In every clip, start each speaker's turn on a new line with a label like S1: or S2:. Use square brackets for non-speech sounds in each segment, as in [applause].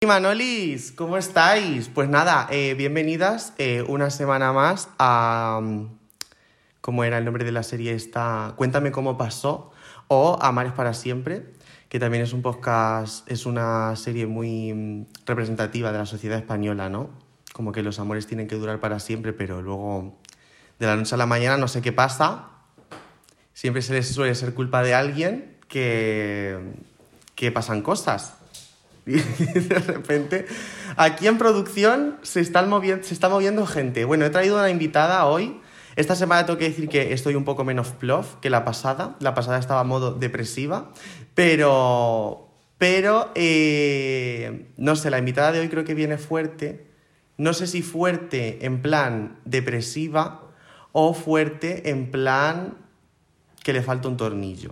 S1: Y Manolis, ¿cómo estáis? Pues nada, eh, bienvenidas eh, una semana más a... mm, ¿Cómo era el nombre de la serie esta? Cuéntame cómo pasó o Amares para siempre, que también es un podcast, es una serie muy mm, representativa de la sociedad española, ¿no? Como que los amores tienen que durar para siempre, pero luego de la noche a la mañana no sé qué pasa. Siempre se les suele ser culpa de alguien que, que pasan cosas. [laughs] Y de repente, aquí en producción se, están movi- se está moviendo gente. Bueno, he traído una invitada hoy. Esta semana tengo que decir que estoy un poco menos plof que la pasada. La pasada estaba a modo depresiva. Pero, pero eh, no sé, la invitada de hoy creo que viene fuerte. No sé si fuerte en plan depresiva o fuerte en plan que le falta un tornillo.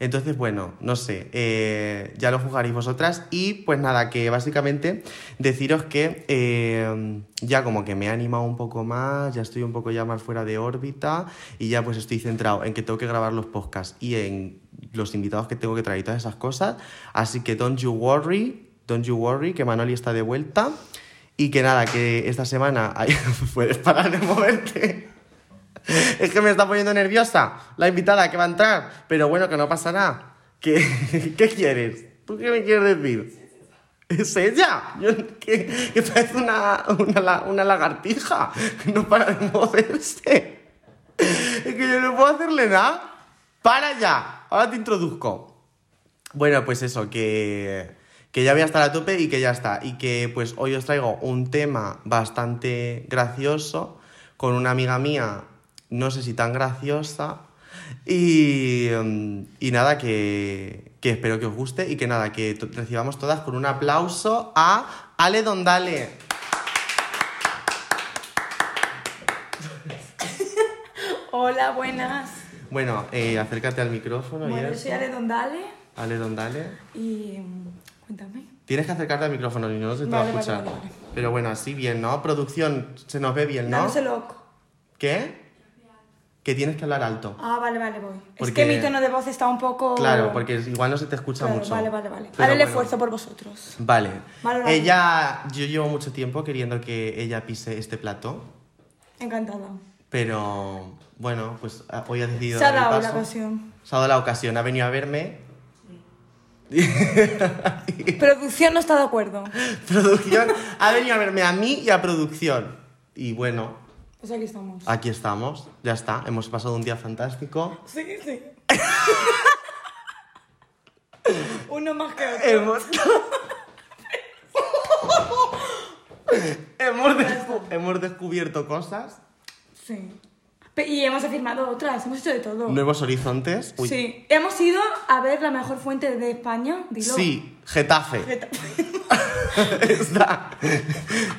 S1: Entonces, bueno, no sé, eh, ya lo juzgaréis vosotras. Y pues nada, que básicamente deciros que eh, ya como que me he animado un poco más, ya estoy un poco ya más fuera de órbita y ya pues estoy centrado en que tengo que grabar los podcasts y en los invitados que tengo que traer y todas esas cosas. Así que don't you worry, don't you worry, que Manoli está de vuelta. Y que nada, que esta semana hay- [laughs] puedes parar de moverte. Es que me está poniendo nerviosa la invitada que va a entrar. Pero bueno, que no pasa nada. ¿Qué, [laughs] ¿Qué quieres? ¿Tú qué me quieres decir? ¿Es ella? Yo- que, que parece una, una, la- una lagartija. No para de moverse. Es que yo no puedo hacerle nada. ¡Para ya! Ahora te introduzco. Bueno, pues eso, que, que ya voy a estar a tope y que ya está. Y que pues hoy os traigo un tema bastante gracioso con una amiga mía, no sé si tan graciosa. Y, mm, y nada, que, que espero que os guste y que nada, que to- recibamos todas con un aplauso a Ale Dondale.
S2: Hola, buenas.
S1: Bueno, eh, acércate al micrófono. y
S2: Bueno, yo
S1: eso.
S2: soy Ale Dondale
S1: Ale Dondale.
S2: y mm, cuéntame.
S1: Tienes que acercarte al micrófono, si no, no se te va a
S2: Vale, vale,
S1: escuchar.
S2: vale, vale.
S1: Pero bueno, así bien, ¿no? Producción, se nos ve bien, ¿no?
S2: No, no sé loco.
S1: ¿Qué? Que tienes que hablar alto.
S2: Ah, vale, vale, voy. Es
S1: Porque-
S2: que mi tono de voz está un poco...
S1: Claro, porque igual no se te escucha
S2: Oh. Claro,
S1: mucho.
S2: Vale, vale, vale.
S1: Pero
S2: Haré el
S1: bueno.
S2: esfuerzo por vosotros.
S1: Vale.
S2: Valorando.
S1: Ella, yo llevo mucho tiempo queriendo que ella pise este plato,
S2: Encantada.
S1: pero bueno, pues ah, hoy ha decidido
S2: Se ha
S1: dar el
S2: dado la
S1: paso.
S2: ocasión.
S1: Se ha dado la ocasión, ha venido a verme. [laughs]
S2: Producción no está de acuerdo.
S1: Producción, ha venido a verme a mí y a producción. Y bueno,
S2: Pues aquí estamos.
S1: aquí estamos, ya está, hemos pasado un día fantástico.
S2: Sí, sí. [laughs] Uno más que otro. [laughs]
S1: Hemos. hemos, descu- hemos descubierto cosas,
S2: Sí. Pe- Y hemos afirmado otras, hemos hecho de todo.
S1: nuevos horizontes. Uy.
S2: Sí. Hemos ido a ver la mejor fuente de España, dilo.
S1: Sí, Getafe. [laughs]
S2: ¿Qué tal?
S1: Está-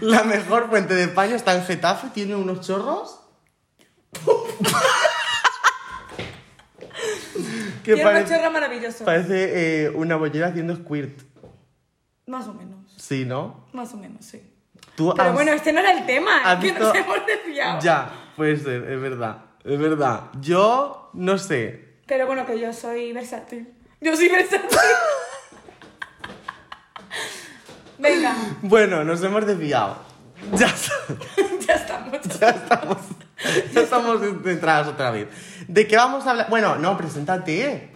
S1: La mejor fuente de España está en Getafe, tiene unos chorros. [laughs] que
S2: Tiene una
S1: parece,
S2: chorra maravillosa.
S1: parece, eh, una bollera haciendo squirt.
S2: Más o menos.
S1: Sí, ¿no?
S2: Más o menos, sí.
S1: Tú
S2: Pero
S1: has-
S2: bueno, este no era el tema, [laughs]
S1: ¿Has
S2: es que
S1: visto?
S2: nos hemos desviado.
S1: Ya, puede ser, es verdad. Es verdad. Yo no sé.
S2: Pero bueno, que yo soy versátil. Yo soy
S1: [laughs]
S2: versátil. Venga, [laughs]
S1: Bueno, nos hemos desviado. Ya, [laughs] está-
S2: ya estamos.
S1: ya estamos. Ya estamos centradas otra vez. ¿De qué vamos a hablar? Bueno, no, preséntate.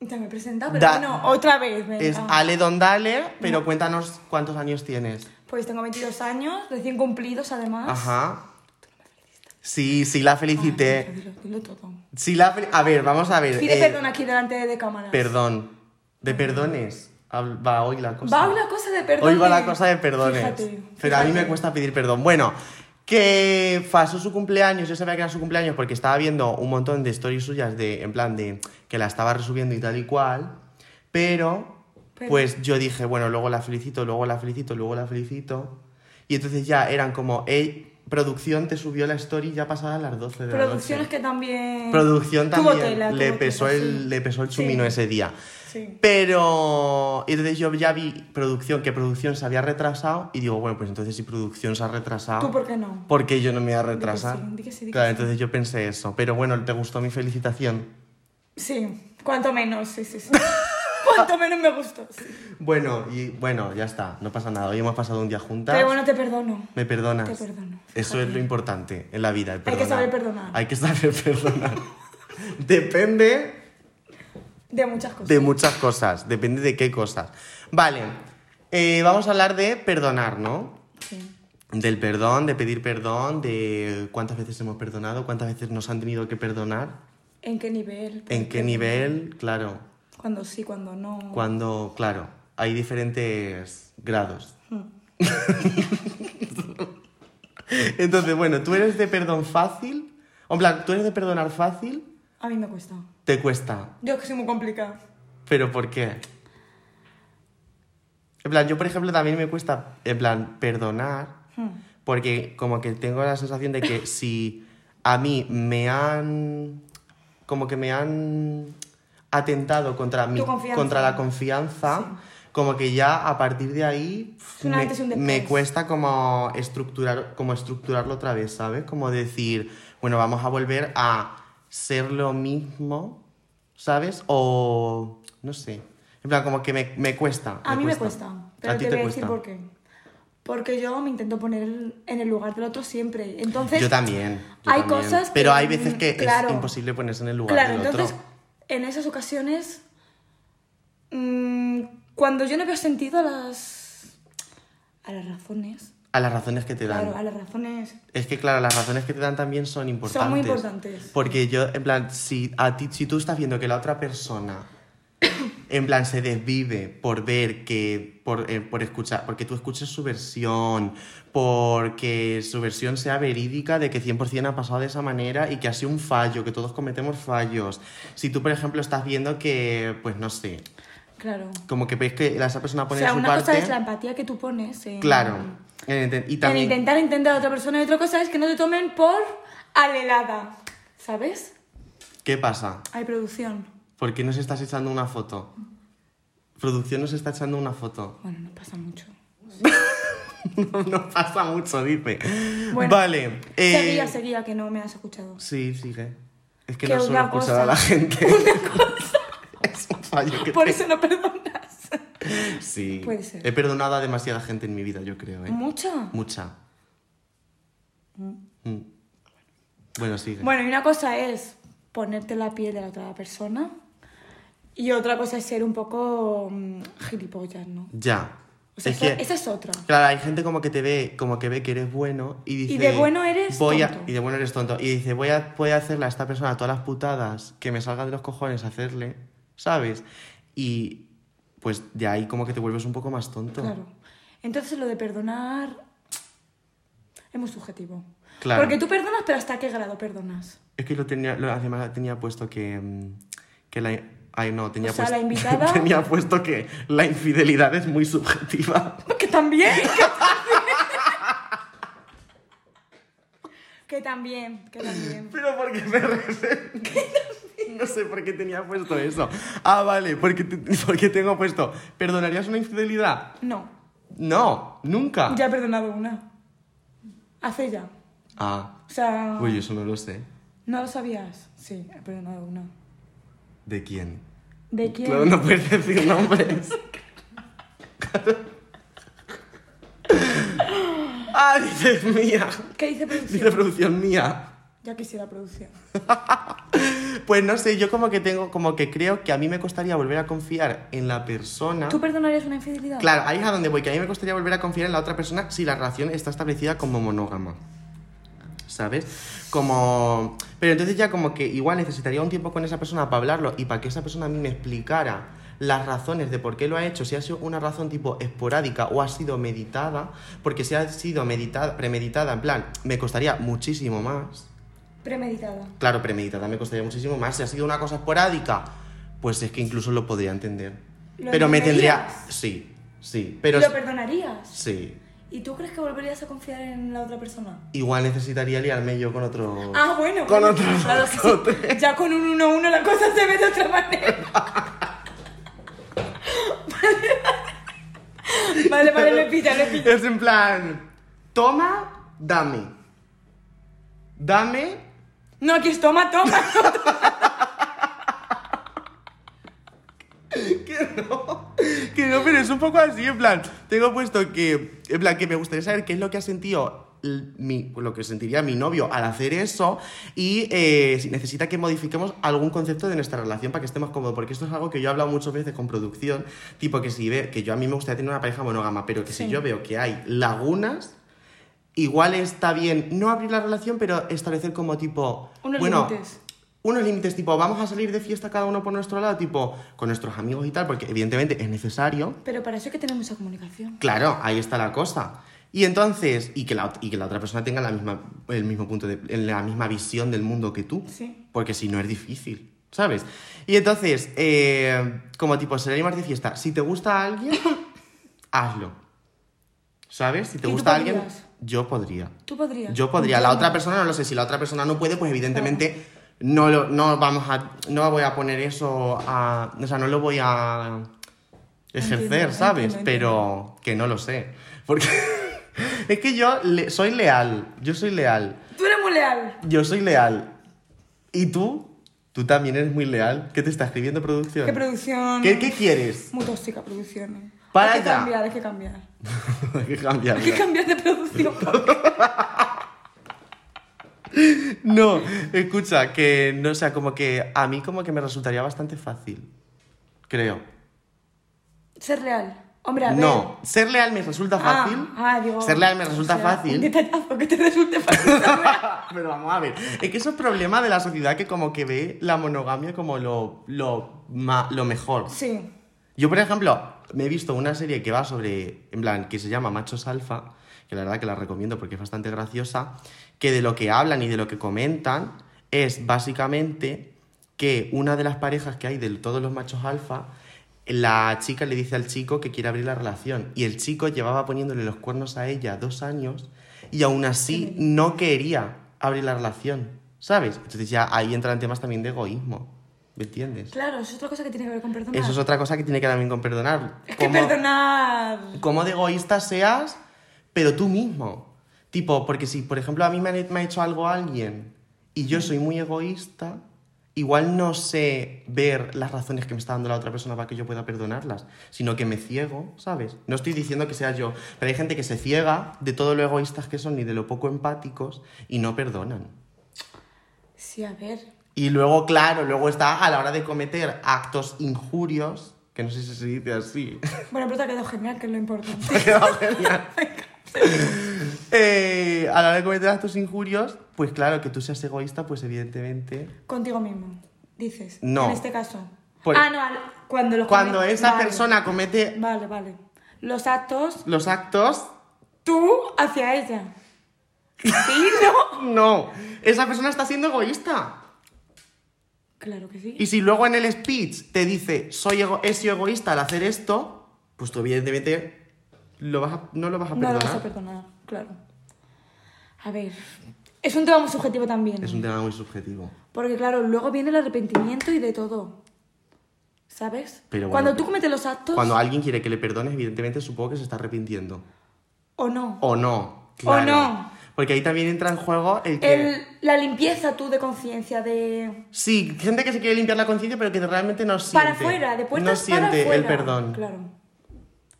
S2: Ya me he presentado, pero
S1: Da-
S2: bueno, otra vez, venga.
S1: Es Ale Dondale, pero cuéntanos cuántos años tienes.
S2: Pues tengo 22 años, recién cumplidos además.
S1: Ajá. Sí, sí la felicité.
S2: Dilo, dilo todo.
S1: Sí la fel- A ver, vamos a ver.
S2: Ah, Pide
S1: eh,
S2: perdón aquí delante de cámara.
S1: Perdón. De perdones. Habl- Va hoy la cosa.
S2: Va la cosa de perdón. eh,
S1: Hoy va la cosa de perdones.
S2: Fíjate,
S1: Pero a mí
S2: fíjate.
S1: me cuesta pedir perdón. Bueno, que pasó su cumpleaños, yo sabía que era su cumpleaños porque estaba viendo un montón de stories suyas de, en plan de que la estaba resubiendo y tal y cual, pero,
S2: Pero-
S1: pues yo dije, bueno, luego la felicito, luego la felicito, luego la felicito. Y entonces ya eran como, "Ey, Producción te subió la story ya pasada a las 12 de la noche.
S2: Producciones que también.
S1: Producción
S2: Tuvo
S1: también
S2: tela,
S1: le,
S2: tuvo
S1: pesó
S2: tela,
S1: el,
S2: sí.
S1: le pesó el
S2: Sí.
S1: chumino ese día.
S2: Sí.
S1: Pero y entonces yo ya vi producción que producción se había retrasado y digo, bueno, pues entonces si producción se ha retrasado,
S2: ¿Tú
S1: ¿por
S2: por
S1: qué,
S2: qué no?
S1: yo no me voy a
S2: que
S1: retrasar?
S2: sí, di que sí, di que
S1: claro,
S2: sí.
S1: entonces yo pensé eso. Pero bueno, ¿te gustó mi felicitación?
S2: Sí, cuanto menos, sí, sí, [laughs] sí. cuanto menos me gustó. sí.
S1: Bueno, y bueno, ya está, no pasa nada. Hoy hemos pasado un día juntas.
S2: Pero bueno, te perdono.
S1: Me perdonas.
S2: Te perdono,
S1: Eso
S2: fíjate.
S1: es lo importante en la vida. el
S2: Hay que saber perdonar.
S1: Hay que saber [laughs] perdonar. Depende
S2: De muchas cosas.
S1: de muchas cosas. Depende de qué cosas. Vale. eh, vamos a hablar de perdonar, ¿no?
S2: Sí.
S1: Del perdón, de pedir perdón, de cuántas veces hemos perdonado, cuántas veces nos han tenido que perdonar,
S2: ¿En qué nivel?
S1: en qué nivel, claro,
S2: Cuando sí, cuando no.
S1: cuando, claro, hay diferentes grados. Entonces, bueno, tú eres de perdón fácil, en plan, tú eres de perdonar fácil,
S2: A mí me cuesta.
S1: te cuesta,
S2: Yo es que soy muy complicada.
S1: pero ¿por qué? En plan, yo por ejemplo también me cuesta, en plan, perdonar,
S2: Hmm.
S1: Porque como que tengo la sensación de
S2: [laughs]
S1: que si a mí me han... Como que me han atentado contra mi...
S2: Tu confianza.
S1: Contra la confianza.
S2: Sí.
S1: Como que ya a partir de ahí
S2: Es un antes y un
S1: me,
S2: después.
S1: me cuesta como estructurar como estructurarlo otra vez, ¿sabes? Como decir, bueno, vamos a volver a ser lo mismo, ¿sabes? O no sé. En plan, como que me, me cuesta.
S2: A mí me cuesta. Pero
S1: a ti
S2: te,
S1: te
S2: voy a
S1: cuesta.
S2: decir por qué. Porque yo me intento poner en el lugar del otro siempre. Entonces.
S1: Yo también. yo
S2: hay
S1: también.
S2: cosas que-
S1: Pero hay veces que
S2: claro.
S1: es imposible ponerse en el lugar
S2: Claro,
S1: del
S2: entonces,
S1: otro.
S2: en esas ocasiones, mm, cuando yo no veo sentido a las, a las razones,
S1: A las razones que te dan.
S2: claro, a las razones,
S1: Es que, claro, las razones que te dan también son importantes.
S2: Son muy importantes.
S1: Porque yo, en plan, si, a ti, si tú estás viendo que la otra persona, [coughs] en plan, se desvive por ver que, por, eh, por escuchar, porque tú escuches su versión, porque su versión sea verídica de que 100% ha pasado de esa manera y que ha sido un fallo, que todos cometemos fallos. Si tú, por ejemplo, estás viendo que, pues no sé,
S2: claro.
S1: como que ves que la- esa persona
S2: O
S1: pone de
S2: sea,
S1: su
S2: una
S1: parte.
S2: cosa es la empatía que tú pones en,
S1: Claro. En enten- Y
S2: en
S1: también.
S2: intentar entender a otra persona y otra cosa es que no te tomen por alelada, ¿sabes?
S1: ¿Qué pasa?
S2: Hay producción.
S1: ¿Por qué nos estás echando una foto? Producción nos está echando una foto. [laughs]
S2: Bueno, no pasa mucho.
S1: No, pasa mucho, dice.
S2: Bueno,
S1: vale. eh,
S2: Seguía, seguía, que no me has escuchado.
S1: Sí, sigue. Es que
S2: Que
S1: no suelo
S2: una
S1: escuchar
S2: cosa-
S1: a la
S2: [laughs]
S1: gente. [laughs] es un fallo que
S2: Por
S1: tengo.
S2: eso no perdonas.
S1: Sí.
S2: Puede ser.
S1: He perdonado a demasiada gente en mi vida, yo creo, ¿eh?
S2: Mucha.
S1: Mucha. Mm. Bueno, sigue.
S2: Bueno, y una cosa es ponerte la piel de la otra persona y otra cosa es ser un poco mm, gilipollas, ¿no?
S1: Ya.
S2: O sea,
S1: Es
S2: eso-
S1: que-
S2: esa es otra.
S1: Claro, hay gente como que te ve, como que ve que eres bueno y dice...
S2: Y de bueno eres
S1: voy a-
S2: tonto.
S1: y de bueno eres tonto. Y dice, voy a, voy a hacerle a esta persona todas las putadas que me salga de los cojones hacerle, ¿sabes? Y pues de ahí como que te vuelves un poco más tonto.
S2: Claro. Entonces lo de perdonar es muy subjetivo.
S1: Claro.
S2: Porque tú perdonas, pero ¿hasta qué grado perdonas? [laughs]
S1: Es que lo tenía, lo, además tenía puesto que... mm, que la, ay, no, tenía
S2: O sea,
S1: puesto... [laughs]
S2: la invitada-
S1: tenía puesto que la infidelidad es muy subjetiva.
S2: Que también. Que también. que también, que también.
S1: Pero porque me [laughs] refiero. No sé por qué tenía puesto eso. Ah, vale, porque, te- [laughs] porque tengo puesto. ¿Perdonarías una infidelidad?
S2: No,
S1: No, nunca.
S2: ya he perdonado una. Hace ya.
S1: Ah,
S2: O sea,
S1: uy, eso no lo sé.
S2: ¿no lo sabías? Sí, he perdonado una.
S1: ¿De quién?
S2: ¿De quién?
S1: Claro, no puedes decir nombres. [laughs] ah, dices mía.
S2: ¿Qué dice producción?
S1: Dice producción mía.
S2: Ya quisiera producción.
S1: Pues no sé, yo como que tengo, como que creo que a mí me costaría volver a confiar en la persona.
S2: ¿Tú perdonarías una infidelidad?
S1: Claro, ahí es a donde voy, que a mí me costaría volver a confiar en la otra persona si la relación está establecida como monógama. ¿Sabes? Como... Pero entonces ya como que igual necesitaría un tiempo con esa persona para hablarlo y para que esa persona a mí me explicara las razones de por qué lo ha hecho, si ha sido una razón tipo esporádica o ha sido meditada, porque si ha sido meditada, premeditada, en plan, me costaría muchísimo más.
S2: Premeditada.
S1: Claro, premeditada me costaría muchísimo más. Si ha sido una cosa esporádica, pues es que incluso lo podría entender.
S2: ¿Lo
S1: pero me tendría.
S2: entenderías?
S1: Sí, sí. Pero.
S2: ¿Lo perdonarías?
S1: Sí.
S2: ¿Y tú crees que volverías a confiar en la otra persona?
S1: Igual necesitaría liarme yo con otro.
S2: Ah, bueno.
S1: Con
S2: bueno,
S1: otro
S2: Claro que sí.
S1: ratote.
S2: [laughs] Ya con un 1 a 1 la cosa se ve de otra manera.
S1: [laughs]
S2: Vale, [laughs] vale. Vale, vale, me pilla, me pilla.
S1: Es en plan. Toma, dame. Dame.
S2: No, aquí es toma,
S1: [laughs]
S2: toma.
S1: Que no. Que no, pero es un poco así, en plan. Tengo puesto que. En plan, que me gustaría saber qué es lo que ha sentido. l- Mi, lo que sentiría mi novio al hacer eso y eh, si necesita que modifiquemos algún concepto de nuestra relación para que esté más cómodo porque esto es algo que yo he hablado muchas veces con producción tipo que si ve que yo a mí me gustaría tener una pareja monógama pero que si
S2: Sí.
S1: yo veo que hay lagunas igual está bien no abrir la relación pero establecer como tipo
S2: Unos
S1: bueno
S2: límites.
S1: unos límites tipo vamos a salir de fiesta cada uno por nuestro lado, tipo con nuestros amigos y tal, porque evidentemente es necesario.
S2: Pero para eso hay que tener mucha comunicación.
S1: Claro, ahí está la cosa. Y entonces, y que la, ot- y que la otra persona tenga la misma, el mismo punto, de, en la misma visión del mundo que tú.
S2: Sí.
S1: Porque si no es difícil, ¿sabes? Y entonces, eh, como tipo, salimos de fiesta, si te gusta a
S2: [laughs]
S1: alguien, hazlo. ¿Sabes? Si te
S2: ¿Y tú
S1: gusta a alguien,
S2: podrías?
S1: yo podría.
S2: ¿Tú podrías?
S1: Yo podría, la
S2: no.
S1: otra persona no lo sé. Si la otra persona no puede, pues evidentemente no, lo, no vamos a. No voy a poner eso a. O sea, no lo voy a ejercer,
S2: Entiendo,
S1: ¿sabes?
S2: entiendo,
S1: Pero que no lo sé. Porque [laughs] es que yo le- soy leal. Yo soy leal.
S2: Tú eres muy leal.
S1: Yo soy leal. ¿Y tú? Tú también eres muy leal. ¿Qué te está escribiendo producción?
S2: ¿Qué producción?
S1: ¿Qué, qué quieres? [laughs]
S2: Muy tóxica producción. eh.
S1: Para
S2: hay que
S1: ya.
S2: cambiar, hay que cambiar.
S1: Hay que cambiar.
S2: Hay que cambiar de producción.
S1: [laughs] No, escucha, que no o sea, como que a mí como que me resultaría bastante fácil. Creo.
S2: Ser leal. Hombre, a ver.
S1: No, ser leal me resulta
S2: Ah,
S1: fácil.
S2: ah, digo,
S1: ser leal me resulta
S2: o sea,
S1: fácil.
S2: Un detallazo que te resulte fácil.
S1: [laughs] Pero vamos a ver, es que eso es problema de la sociedad que como que ve la monogamia como lo, lo, ma- lo mejor.
S2: sí.
S1: Yo, por ejemplo, me he visto una serie que va sobre, en plan, que se llama Machos Alfa, que la verdad que la recomiendo porque es bastante graciosa, que de lo que hablan y de lo que comentan es básicamente que una de las parejas que hay de todos los machos alfa, la chica le dice al chico que quiere abrir la relación y el chico llevaba poniéndole los cuernos a ella dos años y aún así no quería abrir la relación, ¿sabes? Entonces ya ahí entran temas también de egoísmo, ¿me entiendes?
S2: Claro, eso es otra cosa que tiene que ver con perdonar.
S1: Eso es otra cosa que tiene que ver también con perdonar.
S2: Es que perdonar.
S1: Cómo de egoísta seas, pero tú mismo. Tipo, porque si, por ejemplo, a mí me, han- me ha hecho algo alguien y yo soy muy egoísta, igual no sé ver las razones que me está dando la otra persona para que yo pueda perdonarlas, sino que me ciego, ¿sabes? No estoy diciendo que sea yo, pero hay gente que se ciega de todo lo egoístas que son y de lo poco empáticos y no perdonan.
S2: Sí, a ver.
S1: Y luego, claro, luego está a la hora de cometer actos injurios, que no sé si se dice así.
S2: Bueno, pero te ha quedado genial, que es lo importante.
S1: Ha [laughs] quedado genial. [laughs] Eh, a la hora de cometer actos injurios, pues claro, que tú seas egoísta, pues evidentemente.
S2: Contigo mismo, dices.
S1: No.
S2: En este caso.
S1: Por-
S2: Ah, no, al- cuando los
S1: Cuando
S2: cometes-
S1: esa
S2: vale,
S1: persona comete
S2: Vale, vale. Los actos,
S1: los actos,
S2: tú hacia ella. [laughs] ¿Sí? ¿No?
S1: no. Esa persona está siendo egoísta.
S2: Claro que sí.
S1: Y si luego en el speech te dice, soy ego he sido egoísta al hacer esto, pues tú evidentemente lo vas a- no lo vas a
S2: No
S1: perdonar.
S2: lo vas a perdonar, claro. A ver. Es un tema muy subjetivo también.
S1: es un tema muy subjetivo.
S2: Porque claro, luego viene el arrepentimiento y de todo. ¿Sabes?
S1: Pero bueno,
S2: cuando tú cometes los actos
S1: Cuando alguien quiere que le perdones, evidentemente supongo que se está arrepintiendo.
S2: o no.
S1: O no.
S2: O
S1: claro.
S2: no.
S1: Porque ahí también entra en juego el que...
S2: El- la limpieza tú de conciencia, de...
S1: Sí, gente que se quiere limpiar la conciencia, pero que realmente no siente.
S2: para afuera, de puertas
S1: No siente
S2: para afuera.
S1: el perdón.
S2: Claro.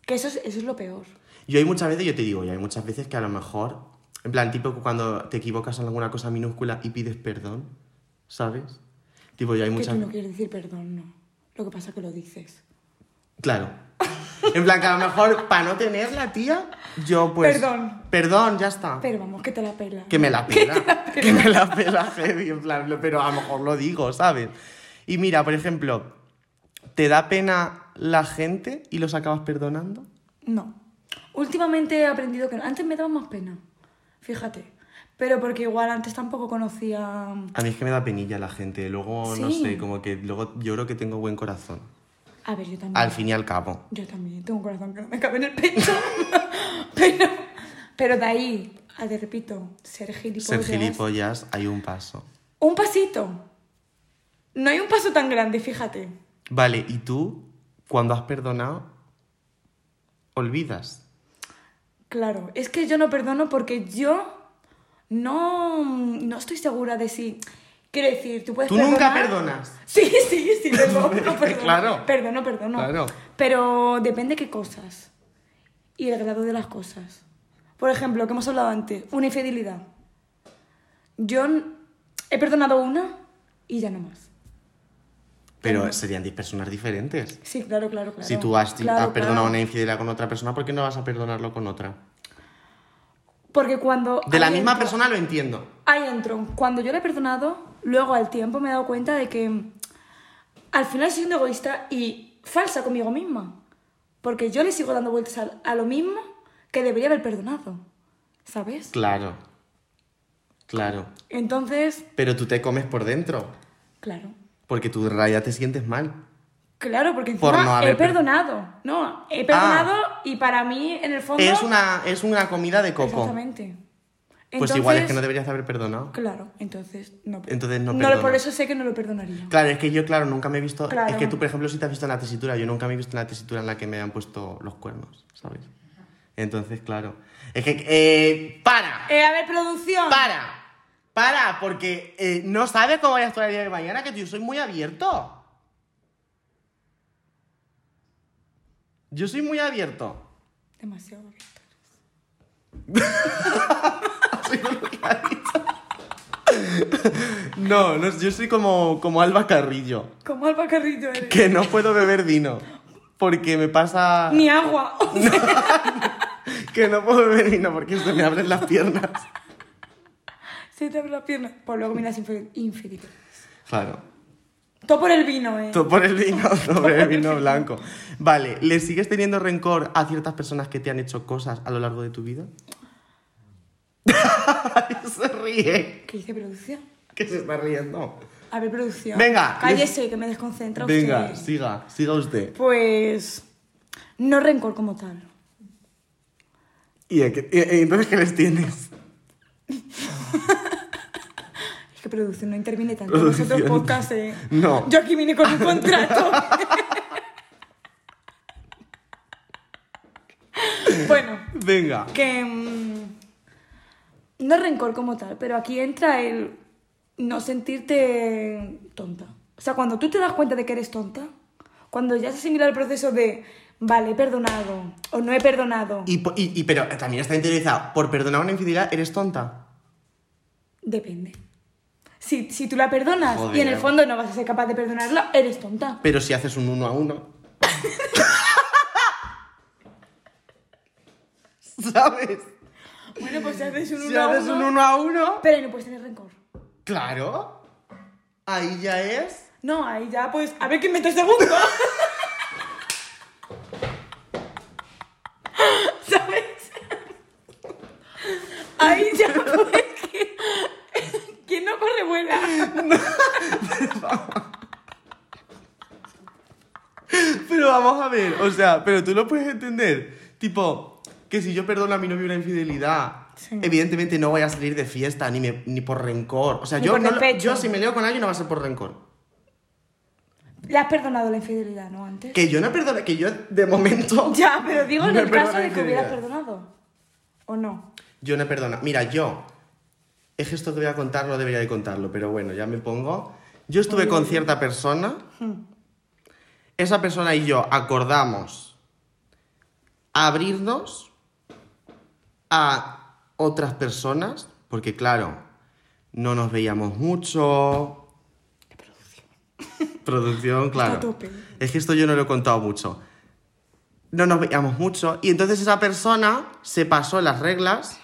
S2: Que eso es, eso es lo peor.
S1: Yo hay muchas veces, yo te digo, y hay muchas veces que a lo mejor, en plan, tipo cuando te equivocas en alguna cosa minúscula y pides perdón, ¿sabes? Tipo, yo hay
S2: Que
S1: muchas.
S2: tú no quieres decir perdón, no. Lo que pasa es que lo dices.
S1: Claro. En plan, que a lo mejor, para no tenerla, tía, yo pues.
S2: Perdón.
S1: Perdón, ya está.
S2: Pero vamos, que te la pela.
S1: Que me
S2: [laughs]
S1: la pela. Que me la pela heavy, en plan, lo- pero a lo mejor lo digo, ¿sabes? Y mira, por ejemplo, ¿te da pena la gente y los acabas perdonando?
S2: No. Últimamente he aprendido que no. Antes me daba más pena. Fíjate. Pero porque igual antes tampoco conocía... mm,
S1: A mí es que me da penilla la gente, luego no
S2: Sí.
S1: sé, como que luego yo creo que tengo buen corazón,
S2: A ver, yo también.
S1: al fin y al cabo.
S2: Yo también tengo un corazón que no me cabe en el pecho. [laughs] pero Pero de ahí, a, te repito, ser gilipollas.
S1: Ser gilipollas, hay un paso.
S2: Un pasito. No hay un paso tan grande, fíjate.
S1: Vale, ¿y tú, cuando has perdonado, olvidas?
S2: Claro, es que yo no perdono porque yo no, no estoy segura de si. Quiero decir, tú puedes
S1: Tú nunca
S2: perdonar-
S1: perdonas.
S2: Sí, sí, sí,
S1: [laughs]
S2: perdono, perdono.
S1: Claro.
S2: Perdono, perdono.
S1: Claro.
S2: Pero depende qué cosas. Y el grado de las cosas. Por ejemplo, que hemos hablado antes, una infidelidad. Yo n- he perdonado una y ya no más.
S1: Pero serían 10 personas diferentes.
S2: Sí, claro, claro, claro.
S1: Si tú has,
S2: Claro,
S1: has perdonado
S2: claro.
S1: una infidelidad con otra persona, ¿por qué no vas a perdonarlo con otra?
S2: Porque cuando...
S1: De la
S2: ahí
S1: misma
S2: entro-
S1: persona lo entiendo.
S2: Ahí entro. Cuando yo le he perdonado, luego al tiempo me he dado cuenta de que mm, al final soy una egoísta y falsa conmigo misma. Porque yo le sigo dando vueltas al- a, lo mismo que debería haber perdonado. ¿Sabes?
S1: Claro. Claro.
S2: Entonces,
S1: Pero tú te comes por dentro.
S2: claro.
S1: Porque tú en realidad te sientes mal.
S2: Claro, porque
S1: Por
S2: encima
S1: no haber per-
S2: he
S1: Ah.
S2: perdonado. No, he perdonado y para mí, en el fondo...
S1: Es una, es una comida de coco.
S2: Exactamente.
S1: Pues igual es que
S2: Entonces-
S1: no deberías haber perdonado.
S2: Claro, entonces no.
S1: Entonces no
S2: no
S1: perdono.
S2: Por eso sé que no lo perdonaría.
S1: Claro, es que yo, claro, nunca me he visto.
S2: Claro.
S1: Es que tú, por ejemplo, sí te has visto en la tesitura. Yo nunca me he visto en la tesitura en la que me han puesto los cuernos, ¿sabes? Entonces, claro. Es que. eh, ¡Para!
S2: Eh, a ver, producción.
S1: ¡Para! ¡Para! Porque eh, no sabes cómo voy a actuar el día de mañana, que yo soy muy abierto. Yo soy muy abierto.
S2: Demasiado abierto.
S1: No, no, yo soy como, como Alba Carrillo,
S2: Como Alba Carrillo eres.
S1: que no puedo beber vino. Porque me pasa.
S2: Ni agua. [laughs]
S1: Que no puedo beber vino porque se me abren las piernas.
S2: Se te abre la pierna. Por luego miras infel- infeliz.
S1: Claro.
S2: Todo por el vino, eh.
S1: Tú por el vino, [laughs] tú por el vino blanco. Vale, ¿le sigues teniendo rencor a ciertas personas que te han hecho cosas a lo largo de tu vida? [laughs] se ríe,
S2: ¿Qué dice producción?
S1: que se está riendo.
S2: A ver, producción.
S1: Venga,
S2: Cállese, que me desconcentra usted.
S1: Venga, siga, siga usted.
S2: Pues. No rencor como tal.
S1: ¿Y a qué- y- y entonces qué les tienes? [laughs]
S2: Es que producción no interviene tanto. en Nosotros
S1: Producción.
S2: podcast, eh.
S1: No.
S2: Yo aquí vine con un
S1: [laughs]
S2: contrato. bueno.
S1: Venga.
S2: que mm, no es rencor como tal, pero aquí entra el no sentirte tonta. O sea, cuando tú te das cuenta de que eres tonta, cuando ya has asimilado el proceso de vale, he perdonado o no he perdonado,
S1: Y, po- y- y- pero también está interiorizado. Por perdonar una infidelidad, eres tonta.
S2: depende. Si, si tú la perdonas y en
S1: Joder.
S2: el fondo no vas a ser capaz de perdonarla, eres tonta.
S1: Pero si haces un uno a uno.
S2: [laughs]
S1: ¿Sabes?
S2: Bueno, pues si haces un
S1: Si
S2: uno a
S1: haces un
S2: uno,
S1: uno a uno.
S2: Pero ahí no puedes tener rencor.
S1: Claro. Ahí ya es.
S2: No, ahí ya pues... A ver quién mete el segundo. [laughs] ¿Sabes? Ahí ya pues... que- ¿Quién no corre vuela?
S1: Pero vamos a ver, o sea, pero tú lo puedes entender. Tipo, que si yo perdono a mi novio una infidelidad,
S2: Sí.
S1: evidentemente no voy a salir de fiesta ni, me- ni por rencor. O sea,
S2: Ni
S1: yo,
S2: por
S1: no lo-
S2: despecho.
S1: yo si me leo con alguien no va a ser por rencor.
S2: Le has perdonado la infidelidad, ¿no? Antes.
S1: Que yo no perdono, que yo de momento.
S2: [laughs] Ya, pero digo en
S1: No
S2: el caso
S1: perdona
S2: de que hubieras
S1: infidelidad.
S2: perdonado. ¿O no?
S1: Yo no perdono. Mira, yo. Es que esto que voy a contar no debería de contarlo, pero bueno, ya me pongo. Yo estuve con cierta persona. Esa persona y yo acordamos abrirnos a otras personas, porque claro, no nos veíamos mucho. [laughs] Producción, claro.
S2: a tope.
S1: Es que esto yo no lo he contado mucho. No nos veíamos mucho. Y entonces esa persona se pasó las reglas.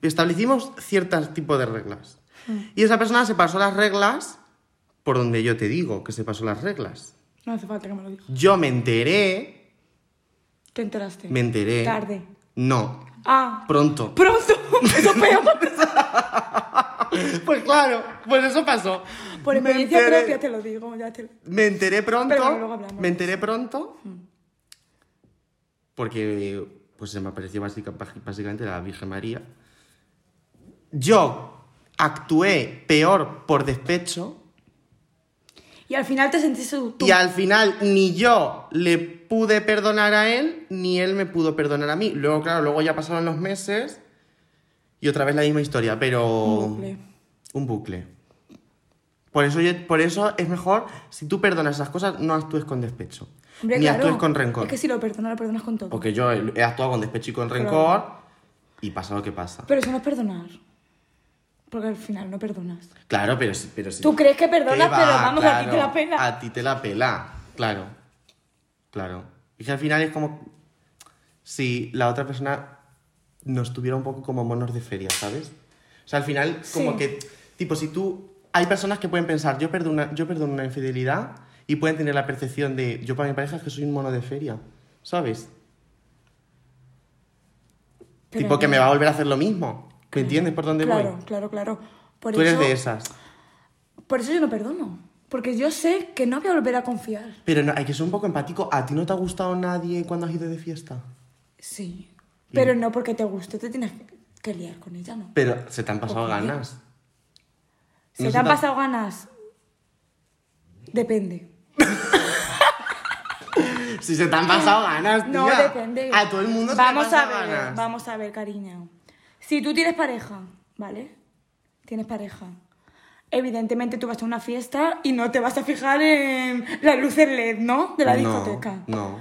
S1: Establecimos ciertos tipos de reglas.
S2: Mm.
S1: Y esa persona se pasó las reglas por donde yo te digo que se pasó las reglas.
S2: No hace falta que me lo digas.
S1: Yo me enteré.
S2: Te enteraste.
S1: Me enteré.
S2: Tarde.
S1: No.
S2: Ah.
S1: Pronto.
S2: Pronto. [laughs] Eso peor.
S1: [laughs] Pues claro, pues eso pasó.
S2: Por
S1: Me
S2: experiencia
S1: enteré-
S2: propia te lo digo. Ya te lo...
S1: Me enteré pronto.
S2: Mm. Pero bueno, luego hablamos.
S1: me enteré pronto. Porque
S3: pues se me apareció básica- baj- básicamente la Virgen María.
S1: Yo actué peor por despecho
S2: Y al final te sentiste tú.
S1: y al final ni yo le pude perdonar a él, ni él me pudo perdonar a mí. Luego, claro, luego ya pasaron los meses y otra vez la misma historia, pero...
S2: Un bucle.
S1: Un bucle. Por eso, yo- por eso es mejor, si tú perdonas esas cosas, no actúes con despecho.
S2: Hombre,
S1: ni
S2: claro.
S1: actúes con rencor.
S2: Es que si lo perdonas, lo perdonas con todo.
S3: Porque yo he he actuado con despecho y con
S2: Claro.
S3: rencor y pasa lo que pasa.
S2: Pero eso no es perdonar. Porque al final no perdonas.
S3: Claro, pero sí. Pero sí.
S2: Tú crees que perdonas,
S3: ¿Qué va?
S2: pero vamos, a ti te
S3: Claro,
S2: la pena.
S3: A ti te la pela,
S1: Claro. Claro. Y que al final es como si la otra persona nos tuviera un poco como monos de feria, ¿sabes? O sea, al final, como
S2: Sí.
S1: que, tipo, si tú. Hay personas que pueden pensar, yo perdono una, yo perdono una infidelidad y pueden tener la percepción de, yo para mi pareja es que soy un mono de feria, ¿sabes?
S2: Pero
S1: tipo,
S2: no.
S1: que me va a volver a hacer lo mismo. ¿Me entiendes por dónde
S2: Claro,
S1: voy?
S2: claro, claro. Por
S1: Tú
S2: eso,
S1: eres de esas.
S2: Por eso yo no perdono. Porque yo sé que no voy a volver a confiar.
S1: Pero no, hay que ser un poco empático. ¿A ti no te ha gustado nadie cuando has ido de fiesta?
S2: Sí. Pero no porque te guste, te tienes que liar con ella, ¿no?
S1: Pero se te han pasado
S2: Ok.
S1: ganas.
S2: ¿Se
S1: No
S2: te
S1: se
S2: han
S1: te ha-
S2: pasado ganas? Depende.
S1: Si se te han pasado ganas,
S2: No,
S1: tía.
S2: depende.
S1: A todo el mundo se
S2: vamos
S1: le pasa
S2: a ver,
S1: ganas.
S2: Vamos a ver, cariño. Si tú tienes pareja, ¿vale? Tienes pareja. Evidentemente tú vas a una fiesta y no te vas a fijar en las luces LED, ¿no? De la discoteca.
S1: No.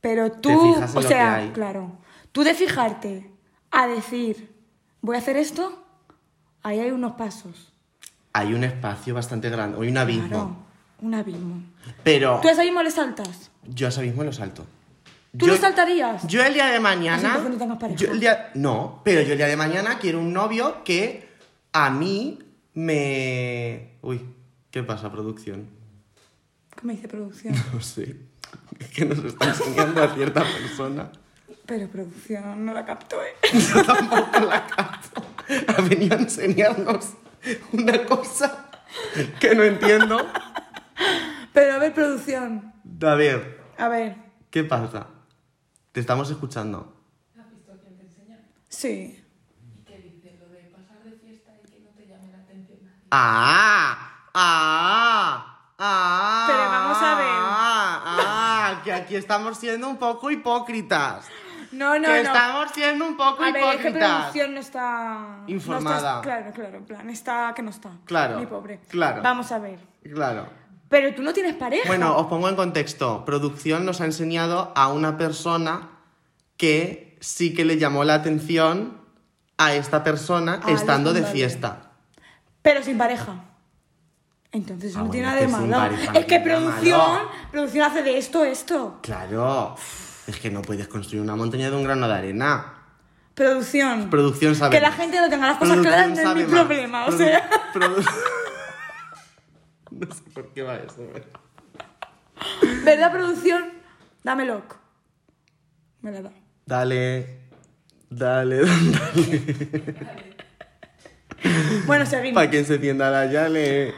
S2: Pero tú,
S3: fijas en
S2: o
S3: lo
S2: sea,
S3: que hay.
S2: claro, tú de fijarte a decir, voy a hacer esto, ahí hay unos pasos.
S1: Hay un espacio bastante grande, hay un abismo.
S2: Claro, un abismo.
S1: Pero
S2: ¿Tú a ese abismo le saltas?
S1: yo a ese abismo lo salto.
S2: ¿Tú
S1: Yo-
S2: lo saltarías?
S1: Yo el día de
S2: Así,
S1: mañana.
S2: entonces no tengas pareja.
S1: yo el día- no, pero yo el día de mañana quiero un novio que a mí me. Uy, ¿qué pasa, producción? [laughs]
S2: ¿Qué me dice producción?
S1: No sé. Es que nos está enseñando a cierta persona.
S2: Pero producción no la captó, ¿eh?
S1: Yo tampoco la capto. [laughs] Ha venido a enseñarnos una cosa que no entiendo.
S2: Pero a ver, producción.
S1: A ver,
S2: A ver.
S1: ¿qué pasa? Te estamos escuchando.
S2: Sí.
S1: ¡Ah! ¡Ah! ¡Ah!
S2: Pero vamos a ver.
S1: ¡Ah! ¡Ah! Que aquí estamos siendo un poco hipócritas.
S2: No, no,
S1: que
S2: no.
S1: estamos siendo un poco
S2: a ver, es que
S1: hipócritas.
S2: producción no está...
S1: Informada.
S2: no está- claro, claro, en plan, está que no está.
S1: Claro,
S2: Mi pobre.
S1: claro.
S2: Vamos a ver.
S1: Claro.
S2: Pero tú no tienes pareja.
S1: Bueno, os pongo en contexto. Producción nos ha enseñado a una persona que sí que le llamó la atención a esta persona
S2: Ah,
S1: estando
S2: los
S1: de
S2: contadores.
S1: fiesta.
S2: Pero sin pareja. Entonces eso
S3: Ah,
S2: no
S3: bueno, es
S2: tiene nada de
S3: que sin
S2: malo.
S3: pareja no
S2: Es que
S3: tiene nada de
S2: producción,
S3: malo.
S2: producción hace de esto esto.
S1: Claro. Es que no puedes construir una montaña de un grano de arena.
S2: Producción.
S1: Producción sabe.
S2: que la gente no tenga las cosas
S1: Producción
S2: claras no es
S1: sabe
S2: mi
S1: más.
S2: problema, o
S1: Produ-
S2: sea.
S1: produ- [laughs] no sé por qué va eso. eh.
S2: ¿Verdad, producción? Dame lock. Me la da.
S1: Dale. Dale, [laughs] dale.
S2: Bueno, seguimos.
S1: Para que se tienda la yale.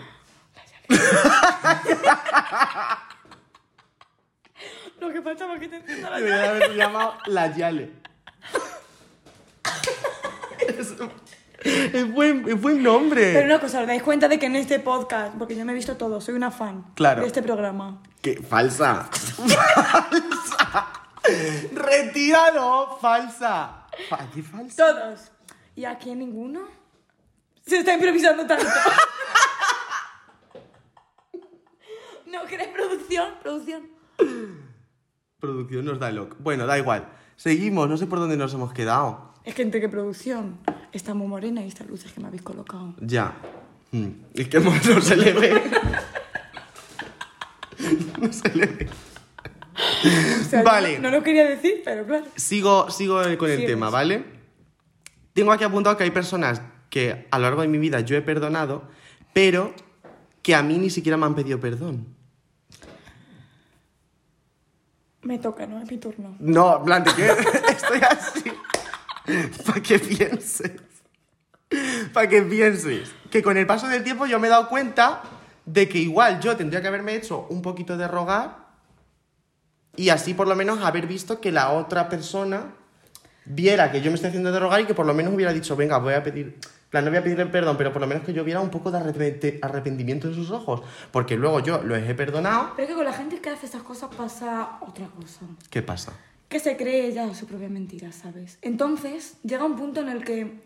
S2: Lo que faltaba que te entienda la
S1: Debería de haberse llamado la yale. es, es buen, es buen nombre.
S2: Pero una cosa, ¿os dais cuenta de que en este podcast, porque yo me he visto todo, soy una fan
S1: Claro.
S2: de este programa?
S1: ¡Qué falsa! ¡Falsa! ¡Retíralo! ¡Falsa! Fa- ¿Qué falsa?
S2: Todos. ¿Y aquí ninguno? Se está improvisando tanto. [laughs] ¿No crees producción? Producción.
S1: Producción nos da loco. Bueno, da igual. Seguimos, no sé por dónde nos hemos quedado.
S2: Es que entre que producción está muy morena y estas luces que me habéis colocado.
S1: Ya. Mm, Es que [laughs] no se le ve. [laughs] no se le ve.
S2: O sea,
S1: Vale.
S2: yo No, no lo quería decir, pero claro.
S1: Sigo, sigo con el
S2: Sigues.
S1: tema, ¿vale? Tengo aquí apuntado que hay personas que a lo largo de mi vida yo he perdonado, pero que a mí ni siquiera me han pedido perdón.
S2: Me toca, ¿no? Es mi turno.
S1: No, en plan, de que [laughs] estoy así. Para que pienses. Para que pienses. Que con el paso del tiempo yo me he dado cuenta de que igual yo tendría que haberme hecho un poquito de rogar Y así por lo menos haber visto que la otra persona viera que yo me estoy haciendo drogar y que por lo menos hubiera dicho, venga, voy a pedir, en plan, no voy a pedirle perdón, pero por lo menos que yo viera un poco de arrepente- arrepentimiento en sus ojos, porque luego yo los he perdonado.
S2: Pero es que con la gente que hace esas cosas pasa otra cosa.
S1: ¿Qué pasa?
S2: que se cree ella su propia mentira, ¿sabes? Entonces llega un punto en el que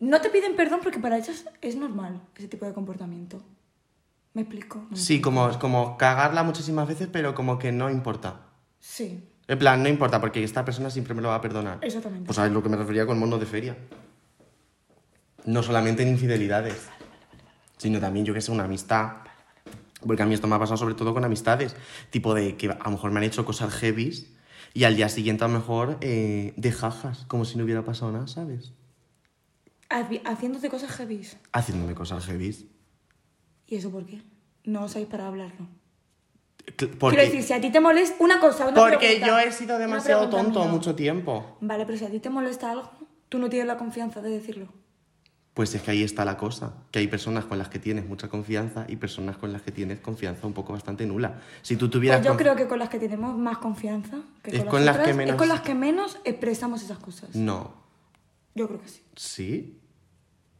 S2: no te piden perdón porque para ellas es normal ese tipo de comportamiento. ¿Me explico? No.
S1: Sí, como, como cagarla muchísimas veces, pero como que no importa.
S2: Sí,
S1: En plan, no importa, porque esta persona siempre me lo va a perdonar.
S2: exactamente.
S1: Pues sabes lo que me refería con monos de feria. No solamente en infidelidades, sino también, yo que sé, una amistad. Porque a mí esto me ha pasado sobre todo con amistades. Tipo de que a lo mejor me han hecho cosas heavies y al día siguiente a lo mejor eh, de jajas, como si no hubiera pasado nada, ¿sabes?
S2: Haci- Haciéndote cosas heavy.
S1: Haciéndome cosas heavies.
S2: ¿Y eso por qué? No sabéis para hablarlo.
S1: Cl-
S2: Quiero decir,
S1: Porque,
S2: si a ti te molesta una cosa, una
S1: porque
S2: pregunta-
S1: yo he sido
S2: una
S1: demasiado
S2: pregunta,
S1: tonto
S2: amigo.
S1: mucho tiempo.
S2: Vale, pero si a ti te molesta algo, tú no tienes la confianza de decirlo.
S1: Pues es que ahí está la cosa, que hay personas con las que tienes mucha confianza y personas con las que tienes confianza un poco bastante nula. Si tú tuvieras...
S2: Pues yo
S1: conf-
S2: creo que con las que tenemos más confianza, que
S1: Es
S2: con,
S1: con las que
S2: otras,
S1: menos- Mm.
S2: es con las que menos expresamos esas cosas.
S1: No,
S2: Yo creo que sí.
S1: ¿sí?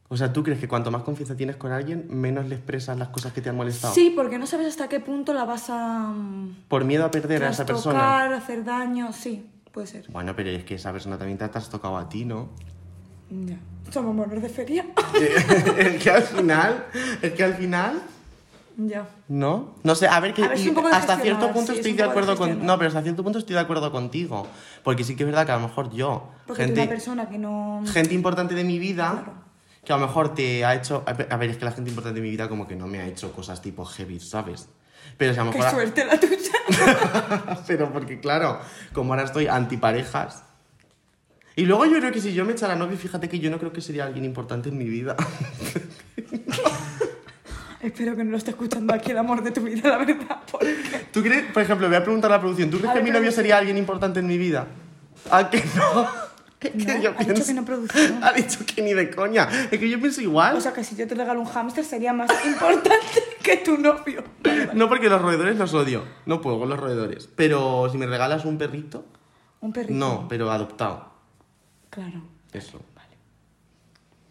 S1: O sea, ¿tú crees que cuanto más confianza tienes con alguien, menos le expresas las cosas que te han molestado?
S2: Sí, porque no sabes hasta qué punto la vas a mm,
S1: Por miedo a perder a esa persona.
S2: trastocar, hacer daño, sí, puede ser.
S1: Bueno, pero es que esa persona también te has tocado a ti,
S2: [laughs]
S1: ¿no? [laughs]
S2: Ya. Somos monos de feria.
S1: es que al final, es que al final...
S2: [laughs] ya.
S1: ¿No? No sé, a ver que
S2: A ver, es
S1: y
S2: un poco de
S1: hasta
S2: gestionar,
S1: cierto punto
S2: sí, es
S1: estoy
S2: un
S1: de
S2: poco de
S1: acuerdo con
S2: gestionar.
S1: no, pero hasta cierto punto estoy de acuerdo contigo, porque sí que es verdad que a lo mejor yo
S2: Porque tú una persona que no...
S1: gente importante de mi vida
S2: Mm. Claro.
S1: que a lo mejor te ha hecho. A ver, es que la gente importante de mi vida como que no me ha hecho cosas tipo heavy, ¿sabes? Pero si a lo
S2: Qué
S1: mejor.
S2: suerte la tuya. [laughs]
S1: [laughs] Pero porque, claro, como ahora estoy antiparejas. Y luego yo creo que si yo me echara novio, fíjate que yo no creo que sería alguien importante en mi vida. [laughs]
S2: Espero que no lo esté escuchando aquí el amor de tu vida, la verdad. porque-
S1: ¿Tú crees, por ejemplo, voy a preguntar a la producción, ¿tú crees
S2: A
S1: que
S2: ver,
S1: mi novio
S2: producción.
S1: sería alguien importante en mi vida? ¿A que no? Es [laughs] [laughs] que
S2: No,
S1: yo
S2: ha dicho que no produce,
S1: [laughs]
S2: ¿no?
S1: Ha dicho que ni de coña. Es que yo pienso igual.
S2: O sea, que si yo te regalo un hámster sería más [laughs] importante que tu novio. Vale, vale.
S1: No porque los roedores los odio. No puedo con los roedores. Pero si me regalas un perrito.
S2: Un perrito.
S1: No, pero adoptado. [laughs]
S2: Claro.
S1: Eso.
S2: Vale.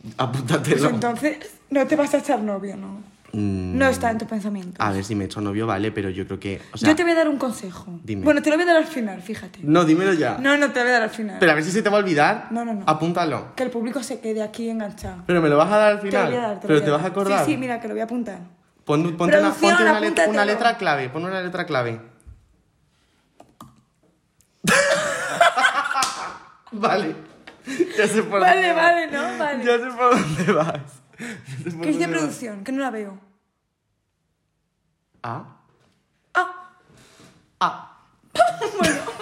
S2: Pues
S1: Apúntatelo.
S2: entonces no te vas a echar novio, ¿no?
S1: Mm,
S2: No está en tu pensamiento.
S1: A ver si me echo novio, vale, pero yo creo que. O sea,
S2: yo te voy a dar un consejo.
S1: Dime.
S2: Bueno, te lo voy a dar al final, fíjate.
S1: No, dímelo ya.
S2: No, no te lo voy a dar al final.
S1: Pero a ver si se te va a olvidar.
S2: No, no, no.
S1: Apúntalo.
S2: Que el público se quede aquí enganchado.
S1: Pero me lo vas a dar al
S2: Te lo
S1: final.
S2: voy a dar,
S1: pero
S2: lo voy
S1: te
S2: a
S1: vas a
S2: dar.
S1: acordar.
S2: Sí, sí, mira, que lo voy a apuntar.
S1: Pon- ponte una,
S2: Producción,
S1: ponte una let- una letra,
S2: apúntatelo.
S1: clave. Pon una letra
S2: [laughs]
S1: clave. vale. Ya sé por
S2: Vale,
S1: dónde vas.
S2: vale,
S1: [laughs]
S2: ¿no? Vale.
S1: Ya sé por dónde vas. Ya sé por
S2: ¿Qué dice
S1: dónde
S2: [laughs]
S1: vas.
S2: producción? Que no la veo.
S1: Ah.
S2: Ah,
S1: Ah. [laughs]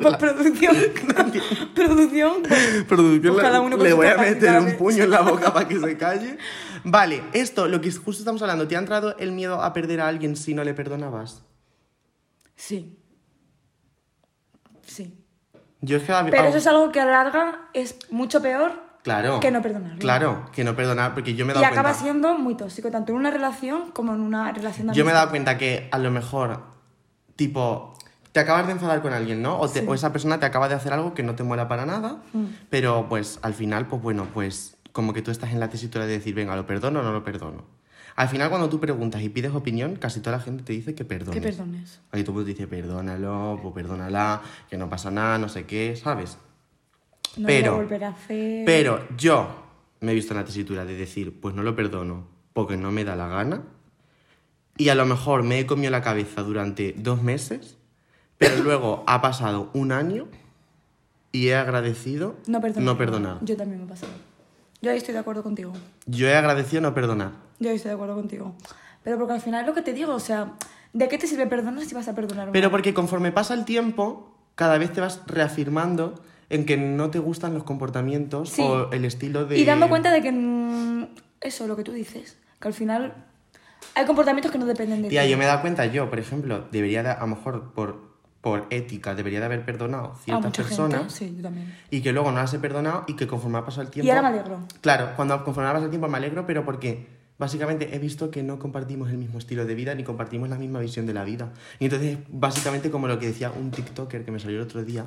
S2: pues producción. [laughs] producción. pues,
S1: Producción,
S2: Pues
S1: le-
S2: cada uno con
S1: le
S2: sus
S1: voy a meter
S2: capacidades.
S1: un puño en la boca para que
S2: [laughs]
S1: se calle. Vale, esto, lo que justo estamos hablando, ¿te ha entrado el miedo a perder a alguien si no le perdonabas?
S2: Sí. Sí.
S1: Yo es que... a-
S2: Pero
S1: a-
S2: eso es algo que a la larga es mucho peor
S1: Oh. Claro.
S2: que no perdonarlo.
S1: Claro, que no perdonar, porque yo me he
S2: y
S1: dado
S2: acaba
S1: cuenta...
S2: siendo muy tóxico, tanto en una relación como en una relación de
S1: Yo me he
S2: amistad.
S1: dado cuenta que a lo mejor, tipo, te acabas de enfadar con alguien, ¿no? O, te- o esa persona te acaba de hacer algo que no te mola para nada, pero pues al final, pues bueno, pues como que tú estás en la tesitura de decir, venga, lo perdono o no lo perdono. Al final, cuando tú preguntas y pides opinión, casi toda la gente te dice que perdones.
S2: Que perdones.
S1: Aquí todo el mundo te dice, pues, perdónalo, pues perdónala, que no pasa nada, no sé qué, ¿sabes?
S2: No
S1: Pero-
S2: lo volverá a hacer.
S1: Pero yo me he visto en la tesitura de decir, pues no lo perdono porque no me da la gana. Y a lo mejor me he comido la cabeza durante dos meses,
S2: [laughs]
S1: pero luego ha pasado un año y he agradecido
S2: No perdonar.
S1: perdonar.
S2: Yo también me he pasado. Yo ahí estoy de acuerdo contigo.
S1: Yo he agradecido no perdonar.
S2: Yo ahí estoy de acuerdo contigo. Pero porque al final es lo que te digo, o sea, ¿de qué te sirve perdonar si vas a perdonar? una
S1: Pero
S2: vez?
S1: porque conforme pasa el tiempo, cada vez te vas reafirmando en que no te gustan los comportamientos
S2: Sí.
S1: o el estilo de...
S2: Y dando cuenta de que mm, eso, lo que tú dices, que al final hay comportamientos que no dependen de
S1: Tía,
S2: ti.
S1: yo me he dado cuenta, yo, por ejemplo, debería de- a lo mejor por, por ética, debería de haber perdonado
S2: a
S1: ciertas
S2: mucha
S1: personas
S2: gente. Sí, yo también.
S1: y que luego no las he perdonado y que conforme ha pasado el tiempo...
S2: Y ahora me alegro.
S1: Claro, cuando conforme ha pasado el tiempo me alegro, pero porque básicamente he visto que no compartimos el mismo estilo de vida ni compartimos la misma visión de la vida. Y entonces, básicamente como lo que decía un TikToker que me salió el otro día,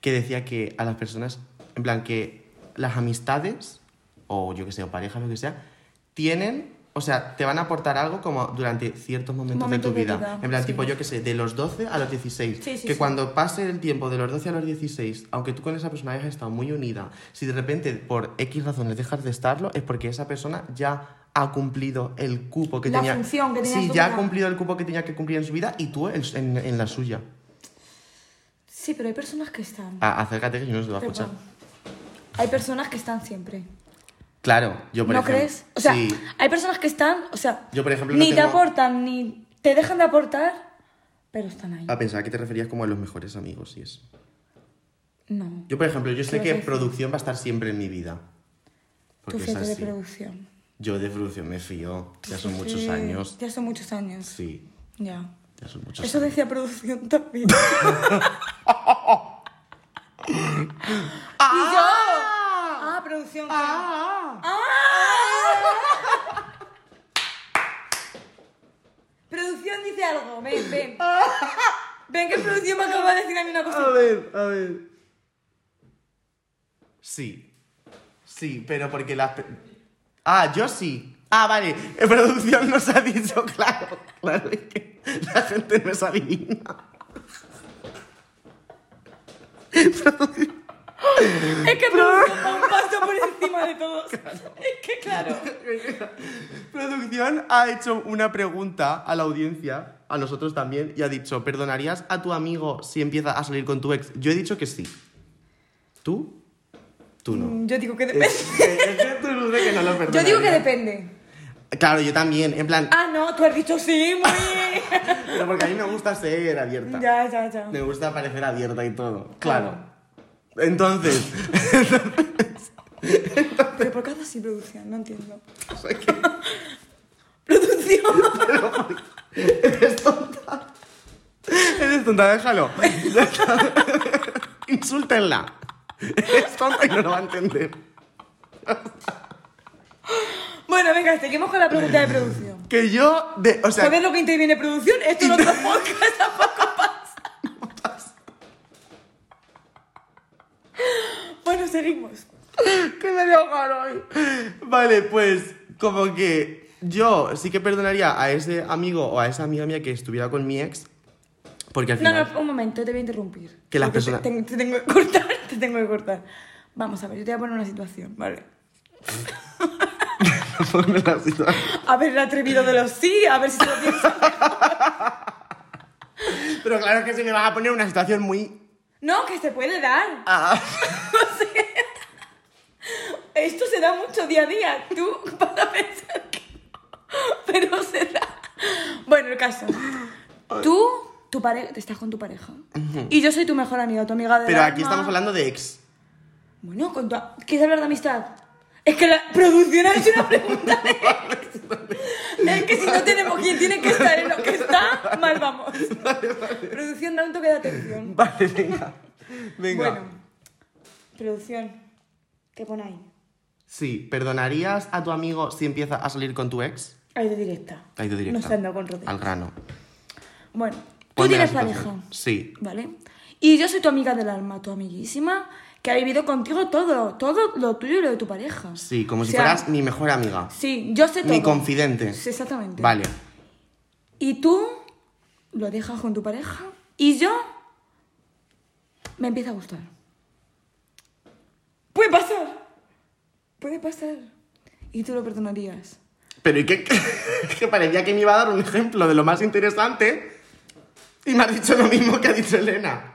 S1: que decía que a las personas, en plan, que las amistades, o yo que sé, o parejas, lo que sea, tienen, o sea, te van a aportar algo como durante ciertos momentos,
S2: Momentos
S1: de tu
S2: de
S1: vida.
S2: vida,
S1: En plan,
S2: sí.
S1: tipo, yo que sé, de los 12 a los 16.
S2: Sí, sí,
S1: que
S2: sí.
S1: cuando pase el tiempo de los 12 a los 16, aunque tú con esa persona hayas estado muy unida, si de repente por X razones dejas de estarlo, es porque esa persona ya ha cumplido el cupo que
S2: La
S1: tenía.
S2: función que tenía en
S1: Sí,
S2: su
S1: ya ha
S2: vida.
S1: cumplido el cupo que tenía que cumplir en su vida y tú en, en- en la suya.
S2: Sí, pero hay personas que están.
S1: A- acércate que yo Ah, no se lo va a escuchar.
S2: Perdón. Hay personas que están siempre.
S3: Claro, yo por
S2: ¿No
S3: ejemplo.
S2: crees? O sea,
S3: sí.
S2: hay personas que están, o sea,
S3: Yo, por ejemplo, no
S2: ni te
S3: tengo-
S2: aportan, ni te dejan de aportar, pero están
S1: Ah.
S2: ahí.
S3: A pensar que te referías como a los mejores amigos y eso.
S2: No.
S1: Yo, por ejemplo, yo sé
S2: Creo
S1: que
S2: que sí.
S1: producción va a estar siempre en mi vida.
S2: Tu
S3: Porque es
S2: fíjate de
S3: así.
S2: producción.
S3: Yo de producción me fío. Ya son
S2: Sí,
S3: muchos
S2: sí.
S3: años.
S2: Ya son muchos años.
S3: Sí,
S2: Ya.
S3: ya son muchos
S2: Eso
S3: años.
S2: decía
S3: [laughs]
S2: producción también. ¡Ah! Y yo. Ah, producción.
S3: ah,
S2: Ah. Producción dice algo. Ven, ven.
S3: Ah.
S2: Ven que producción me acaba de decir a mí una cosa.
S1: ver, a ver. Sí. Sí, pero porque las... pe- Ah, yo sí. Ah, vale. En producción nos ha dicho, [laughs] claro. Claro, es que la gente no es adivina.
S2: Es que producción va un paso por encima de todos. Es que claro.
S1: Producción ha hecho una pregunta a la audiencia, a nosotros también, y ha dicho, ¿perdonarías a tu amigo si empieza a salir con tu ex? Yo he dicho que sí. ¿Tú? Tú no.
S2: Yo digo que depende.
S1: [laughs] Es, es que tú no sé que no lo
S2: Yo digo que
S1: perdonarías.
S2: depende.
S1: Claro, yo también. En plan,
S2: Ah, no, tú has dicho sí,
S1: [laughs]
S2: muy.
S1: Pero porque a mí me gusta ser abierta.
S2: ya, ya, ya.
S1: Me gusta parecer abierta y todo.
S2: Claro.
S1: Entonces, [laughs]
S2: ¿Pero por qué haces así producción?
S1: [laughs]
S2: No entiendo. [laughs] ¿Producción?
S1: eres tonta. Eres tonta, déjalo. [laughs] Ya está. Insúltenla. Eres tonta y no lo va a entender.
S2: bueno, venga, seguimos con la pregunta de producción.
S1: Que yo, de, o sea,
S2: ¿Sabes lo que interviene producción?
S1: [laughs]
S2: Esto no tampoco, tampoco pasa. bueno, seguimos.
S1: que me voy a ahogar hoy. Vale, pues como que yo sí que perdonaría a ese amigo o a esa amiga mía que estuviera con mi ex. Porque al
S2: No,
S1: final...
S2: no, un momento, te voy a interrumpir.
S1: Que las
S2: Porque te-
S1: personas-
S2: Te, te tengo que cortar, te tengo que cortar. Vamos a ver, yo te voy a poner una situación, ¿vale?
S1: [laughs] Ponme la situación.
S2: A ver el atrevido de los sí, a ver si te lo piensas.
S1: Pero claro que sí me vas a poner una situación muy...
S2: No, que se puede dar.
S1: ah,
S2: [laughs] O sea, esto se da mucho día a día, tú, [laughs] para pensar que... Pero se da... Bueno, el caso. Tú, tu pareja, te estás con tu pareja. Y yo soy tu mejor amiga, tu amiga de
S1: Pero
S2: la
S1: aquí
S2: alma.
S1: estamos hablando de ex.
S2: Bueno, con tu... ¿quieres hablar de amistad? Es que la producción ha hecho una pregunta de... Es que si no tenemos quien tiene que estar en lo que está,
S1: [laughs]
S2: mal vamos. Producción, da un toque de atención.
S1: Vale,
S2: [laughs]
S1: venga. Venga.
S2: Bueno, producción, ¿qué pone ahí?
S1: Sí, ¿perdonarías a tu amigo si empieza a salir con tu ex?
S2: Ha ido directa.
S1: Ha ido directa.
S2: No se anda con rodeos.
S1: Al grano.
S2: Bueno, tú
S1: Ponme
S2: tienes
S1: la
S2: pareja,
S1: situación. Sí.
S2: ¿vale? Y yo soy tu amiga del alma, tu amiguísima, que ha vivido contigo todo, todo lo tuyo y lo de tu pareja.
S1: Sí, como si
S2: O sea,
S1: fueras mi mejor amiga.
S2: Sí, yo sé todo.
S1: Mi confidente.
S2: Sí, exactamente.
S1: Vale.
S2: Y tú lo dejas con tu pareja y yo me empieza a gustar. Puede pasar. Puede pasar. Y tú lo perdonarías.
S1: Pero ¿y qué? [laughs] que parecía que me iba a dar un ejemplo de lo más interesante. Y me has dicho lo mismo que ha dicho Elena.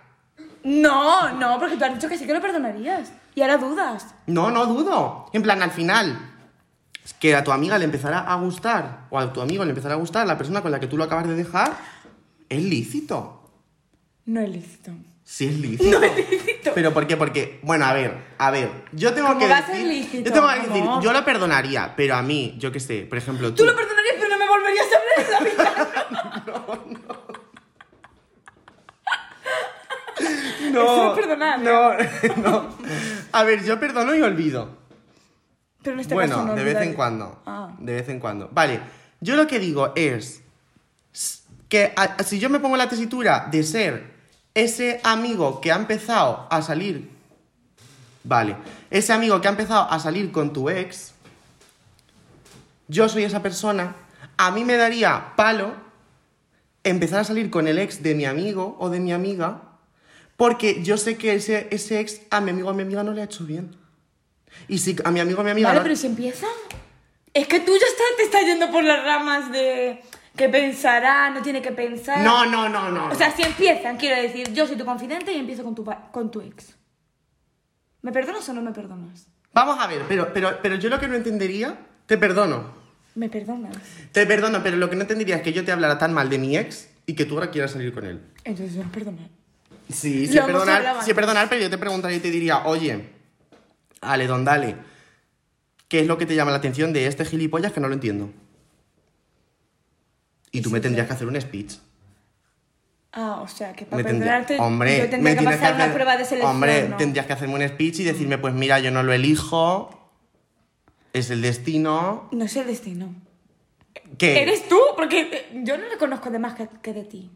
S2: No, no, porque tú has dicho que sí que lo perdonarías. Y ahora dudas.
S1: No, no dudo. En plan, al final, que a tu amiga le empezará a gustar, o a tu amigo le empezará a gustar, la persona con la que tú lo acabas de dejar, es lícito.
S2: No es lícito.
S1: Sí, es lícito.
S2: No es lícito.
S1: ¿Pero por qué? Porque, bueno, a ver, a ver, yo tengo
S2: ¿Cómo
S1: que
S2: va a ser
S1: decir,
S2: lícito?
S1: yo tengo que decir,
S2: No.
S1: yo lo perdonaría, pero a mí, yo qué sé, por ejemplo, tú,
S2: Tú lo perdonarías, pero no me volverías a hablar en la vida. eso es perdonar, ¿eh?
S1: [laughs] No, no. A ver, yo perdono y olvido.
S2: Pero en este
S1: bueno,
S2: caso no.
S1: de vez en
S2: olvidar-
S1: cuando.
S2: Ah.
S1: De vez en cuando. Vale, yo lo que digo es s- que a- si yo me pongo la tesitura de ser ese amigo que ha empezado a salir. Vale, ese amigo que ha empezado a salir con tu ex, yo soy esa persona, a mí me daría palo empezar a salir con el ex de mi amigo o de mi amiga, porque yo sé que ese, ese ex a mi amigo o a mi amiga no le ha hecho bien. Y si a mi amigo o a mi amiga...
S2: Vale,
S1: no-
S2: pero ¿y si empiezan? Es que tú ya está- te estás yendo por las ramas de que pensará, no tiene que pensar.
S1: No, no, no, no.
S2: O sea, si empiezan, quiero decir, yo soy tu confidente y empiezo con tu, pa- con tu ex. ¿Me perdonas o no me perdonas?
S1: Vamos a ver, pero, pero, pero yo lo que no entendería, te perdono.
S2: Me perdonas.
S1: Te perdono, pero lo que no entendería es que yo te hablara tan mal de mi ex y que tú ahora quieras salir con él.
S2: Entonces no es perdonar.
S1: Sí,
S2: Lo
S1: sí,
S2: hemos hablado
S1: perdonar,
S2: antes.
S1: sí, perdonar, pero yo te preguntaría y te diría, oye, Ale, don Dale, ¿qué es lo que te llama la atención de este gilipollas que no lo entiendo? Y tú me tendrías que hacer un speech.
S2: Ah, o sea, que
S1: Me
S2: para
S1: tendría-
S2: perdonarte
S1: hombre,
S2: yo
S1: me
S2: tendría que
S1: tienes
S2: pasar una
S1: hacer-
S2: prueba de selección.
S1: Hombre,
S2: ¿no?
S1: tendrías que hacerme un speech y decirme, pues mira, yo no lo elijo, es el destino,
S2: No es el destino.
S1: que...
S2: ¿Eres tú? Porque eh, yo no le conozco de más que, que de ti.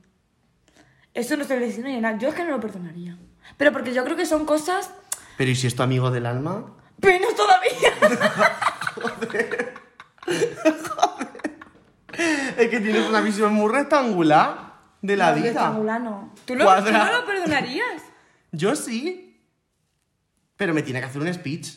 S2: Eso no es el destino ni nada. Yo es que no lo perdonaría. Pero porque yo creo que son cosas
S1: Pero ¿y si es tu amigo del alma?
S2: menos todavía.
S1: Es que tienes una visión muy rectangular [laughs] de la
S2: No,
S1: vida.
S2: rectangular no. ¿Tú lo,
S1: Cuadra.
S2: tú no lo perdonarías.
S1: Yo sí. Pero me tiene que hacer un speech.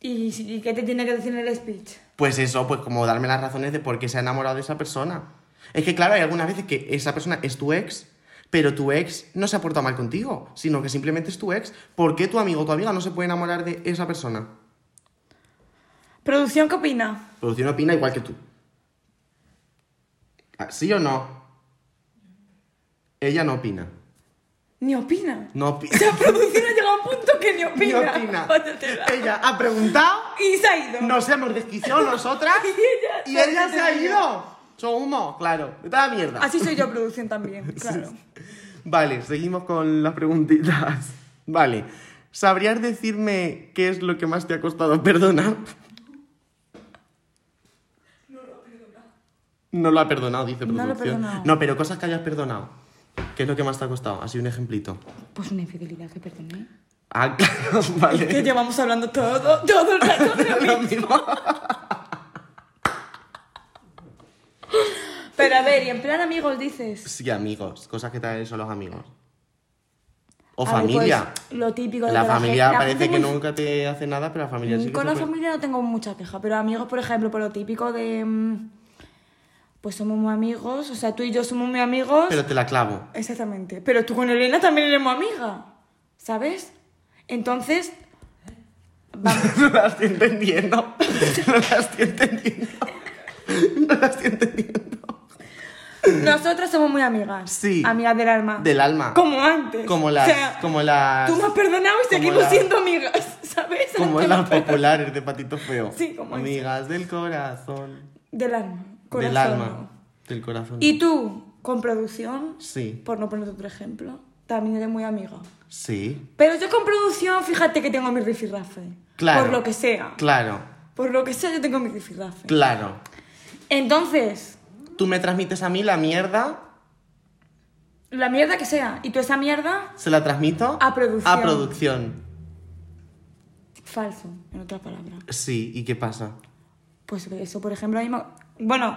S2: ¿Y, si- y qué te tiene que decir en el speech?
S1: Pues eso, pues como darme las razones de por qué se ha enamorado de esa persona. Es que claro, hay algunas veces que esa persona es tu ex, pero tu ex no se ha portado mal contigo, sino que simplemente es tu ex. ¿Por qué tu amigo o tu amiga no se puede enamorar de esa persona?
S2: ¿Producción qué opina?
S1: Producción opina igual que tú. Ah, ¿Sí o no? Ella no opina.
S2: Ni opina.
S1: No [laughs] opina.
S2: O sea, producción ha llegado a un punto que ni
S1: ¿Qué
S2: opina. [laughs]
S1: opina?
S2: Ótatela.
S1: [laughs] Ella ha preguntado,
S2: Y se ha ido.
S1: nos hemos desquiciado
S2: [laughs]
S1: nosotras
S2: Y
S1: y
S2: ella-
S1: ella se ha ido. Son humo, claro. Está la mierda.
S2: Así soy yo, producción también, Ah, claro.
S1: [laughs] Vale, seguimos con las preguntitas. [laughs] Vale. ¿Sabrías decirme qué es lo que más te ha costado perdonar? No lo ha perdonado, dice
S2: No lo he
S1: producción.
S2: perdonado.
S1: No, pero cosas que hayas perdonado. ¿Qué es lo que más te ha costado? Así un ejemplito.
S2: Pues una infidelidad que perdoné.
S1: Ah, [laughs] claro, vale.
S2: Que llevamos hablando todo, todo
S1: [laughs]
S2: el rato. de lo mismo.
S1: Lo mismo.
S2: Pero a ver, y en plan amigos dices.
S1: Sí, amigos. Cosas que traen son los amigos. O
S2: a ver,
S1: familia.
S2: pues, lo típico de
S1: la
S2: que
S1: familia
S2: gente- la
S1: parece
S2: gente
S1: que
S2: muy-
S1: nunca te hace nada, pero la familia sí que
S2: "Mm, Con
S1: se
S2: la
S1: puede-
S2: familia no tengo mucha queja, pero amigos, por ejemplo, por lo típico de. mm, Pues somos muy amigos, o sea, tú y yo somos muy amigos.
S1: Pero te la clavo.
S2: Exactamente. Pero tú con Elena también eres muy amiga, ¿sabes? Entonces. Vamos.
S1: [laughs] No la estoy entendiendo. [laughs] No la estoy entendiendo. No la estoy entendiendo.
S2: Nosotras somos muy amigas.
S1: Sí.
S2: Amigas del alma.
S1: Del alma.
S2: Como antes.
S1: Como
S2: la
S1: las. como las.
S2: Tú me has perdonado y
S1: como
S2: seguimos
S1: las-
S2: siendo amigas, [laughs] ¿sabes?
S1: Como
S2: Aunque
S1: las
S2: no per-
S1: populares de Patito Feo.
S2: Sí, como esas.
S1: Amigas del corazón.
S2: Del alma.
S1: Del
S2: corazón,
S1: alma.
S2: ¿no?
S1: Del corazón.
S2: Y tú, con producción,
S1: Sí.
S2: por no poner otro ejemplo, también eres muy amiga.
S1: Sí.
S2: Pero yo con producción, fíjate que tengo mi rifirrafe.
S1: Claro.
S2: Por lo que sea.
S1: Claro.
S2: Por lo que sea, yo tengo mi rifirrafe.
S1: Claro.
S2: Entonces,
S1: Tú me transmites a mí la mierda.
S2: la mierda que sea, y tú esa mierda,
S1: Se la transmito.
S2: A producción.
S1: A producción.
S2: falso, en otras palabras.
S1: Sí. ¿Y qué pasa?
S2: Pues eso, por ejemplo, a mí me- Bueno,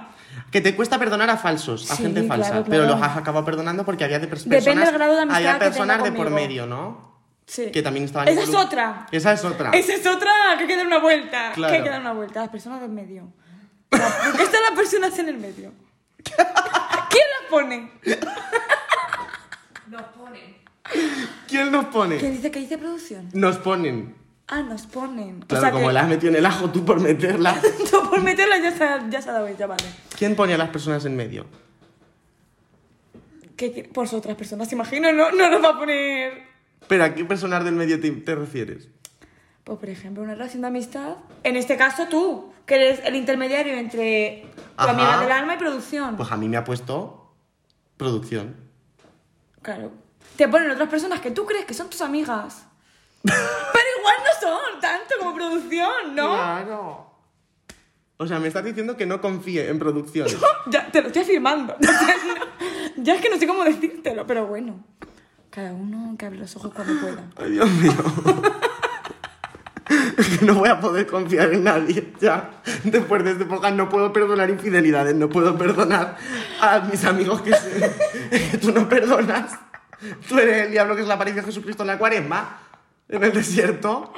S1: Que te cuesta perdonar a falsos, a
S2: Sí,
S1: gente
S2: claro,
S1: falsa,
S2: claro.
S1: pero los has acabado perdonando porque había de pers-
S2: Depende
S1: personas,
S2: del grado de amistad
S1: había
S2: que tenga
S1: personas de por
S2: conmigo.
S1: medio, ¿no?
S2: sí.
S1: Que también estaban
S2: Esa es
S1: inclu-
S2: otra.
S1: Esa es otra.
S2: Esa es otra, que hay que dar una vuelta.
S1: Claro.
S2: Que hay que dar una vuelta. Las personas del medio. La- ¿Por qué están las personas en
S1: [laughs]
S2: el medio? ¿Quién las pone?
S1: ¿Quién nos pone?
S2: ¿Quién dice que dice producción?
S1: Nos ponen.
S2: Ah, nos ponen.
S1: Claro,
S2: o sea
S1: como
S2: que... [laughs]
S1: la has metido en el ajo tú por meterla.
S2: Tú por meterla ya se, ha- ya se ha dado ella, vale.
S1: ¿Quién pone a las personas en medio?
S2: Que, que- pues otras personas, imagino, no, no nos va a poner.
S1: Pero ¿a qué personas del medio te, te refieres?
S2: Pues por ejemplo, una relación de amistad. En este caso tú, que eres el intermediario entre tu
S1: Ajá.
S2: amiga del alma y producción.
S1: Pues a mí me ha puesto producción.
S2: Claro. Te ponen otras personas que tú crees que son tus amigas. Pero igual no son tanto como producción, ¿no?
S1: Claro. O sea, me estás diciendo que no confíe en producción.
S2: Ya, te lo estoy afirmando. [laughs] O sea, no- ya es que no sé cómo decírtelo, pero bueno. Cada uno que abre los ojos cuando pueda.
S1: Ay, Dios mío. Es que no voy a poder confiar en nadie ya. Después de este podcast no puedo perdonar infidelidades, no puedo perdonar a mis amigos que se- [laughs] tú no perdonas. Tú eres el diablo que es la aparición de Jesucristo en la cuaresma, en el desierto.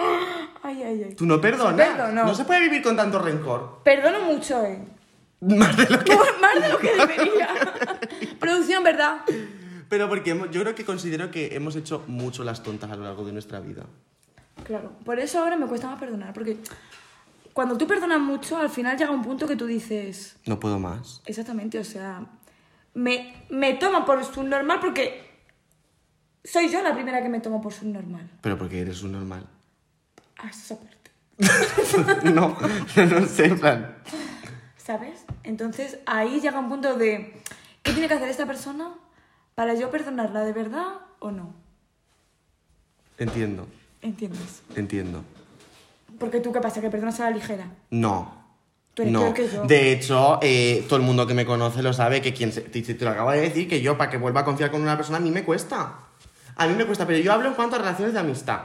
S2: Ay, ay, ay.
S1: Tú no perdonas.
S2: perdono.
S1: No se puede vivir con tanto rencor.
S2: Perdono mucho, eh.
S1: Más de lo que...
S2: Más de lo que debería. Producción, ¿verdad?
S1: Pero porque hemos- yo creo que considero que hemos hecho mucho las tontas a lo largo de nuestra vida.
S2: Claro. Por eso ahora me cuesta más perdonar, porque cuando tú perdonas mucho, al final llega un punto que tú dices,
S1: No puedo más.
S2: exactamente, o sea, me, me toman por subnormal porque soy yo la primera que me tomo por subnormal. Ah,
S1: Pero porque eres un normal. [laughs]
S2: A esa parte.
S1: No, no sé, en plan.
S2: ¿Sabes? Entonces ahí llega un punto de, ¿qué tiene que hacer esta persona para yo perdonarla de verdad o no?
S1: Entiendo,
S2: ¿Entiendes?
S1: entiendo.
S2: Porque tú, ¿qué pasa? Que perdonas a la ligera.
S1: No.
S2: Tú eres
S1: no.
S2: peor que yo.
S1: De hecho, eh, todo el mundo que me conoce lo sabe que quien se, te, te lo acabo de decir que yo para que vuelva a confiar con una persona a mí me cuesta. A mí me cuesta, pero yo hablo en cuanto a relaciones de amistad.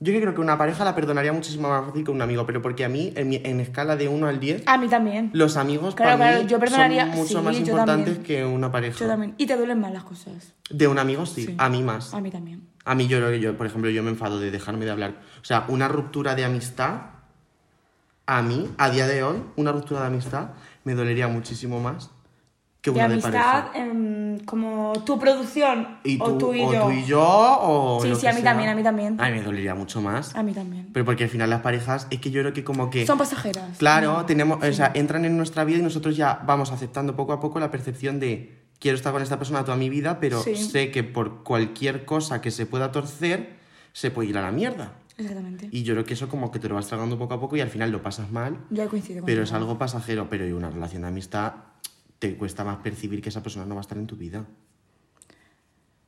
S1: Yo creo que una pareja la perdonaría muchísimo más fácil que un amigo, pero porque a mí, en, mi- en escala de 1 al 10,
S2: A mí también.
S1: los amigos
S2: Claro,
S1: para
S2: claro,
S1: mí
S2: yo perdonaría-
S1: son mucho
S2: sí,
S1: más
S2: yo
S1: importantes
S2: también.
S1: que una pareja.
S2: Yo también. Y te duelen más las cosas.
S1: De un amigo sí,
S2: Sí.
S1: a mí más.
S2: A mí también.
S1: A mí yo, yo, por ejemplo, yo me enfado de dejarme de hablar. O sea, una ruptura de amistad, a mí, a día de hoy, una ruptura de amistad me dolería muchísimo más que
S2: De
S1: una de,
S2: amistad,
S1: pareja.
S2: em, como tu producción.
S1: Y tú,
S2: o tú y
S1: o
S2: yo.
S1: tú y yo, o
S2: Sí,
S1: lo
S2: sí,
S1: que
S2: a mí
S1: sea.
S2: también, a mí también.
S1: A mí me dolería mucho más.
S2: A mí también.
S1: Pero porque al final las parejas, es que yo creo que como que...
S2: Son pasajeras.
S1: Claro, tenemos, o sea, entran en nuestra vida y nosotros ya vamos aceptando poco a poco la percepción de quiero estar con esta persona toda mi vida, pero
S2: Sí.
S1: sé que por cualquier cosa que se pueda torcer, se puede ir a la mierda.
S2: Exactamente.
S1: Y yo creo que eso como que te lo vas tragando poco a poco y al final lo pasas mal,
S2: Yo ahí coincido
S1: pero
S2: contigo.
S1: es algo pasajero, pero en una relación de amistad te cuesta más percibir que esa persona no va a estar en tu vida.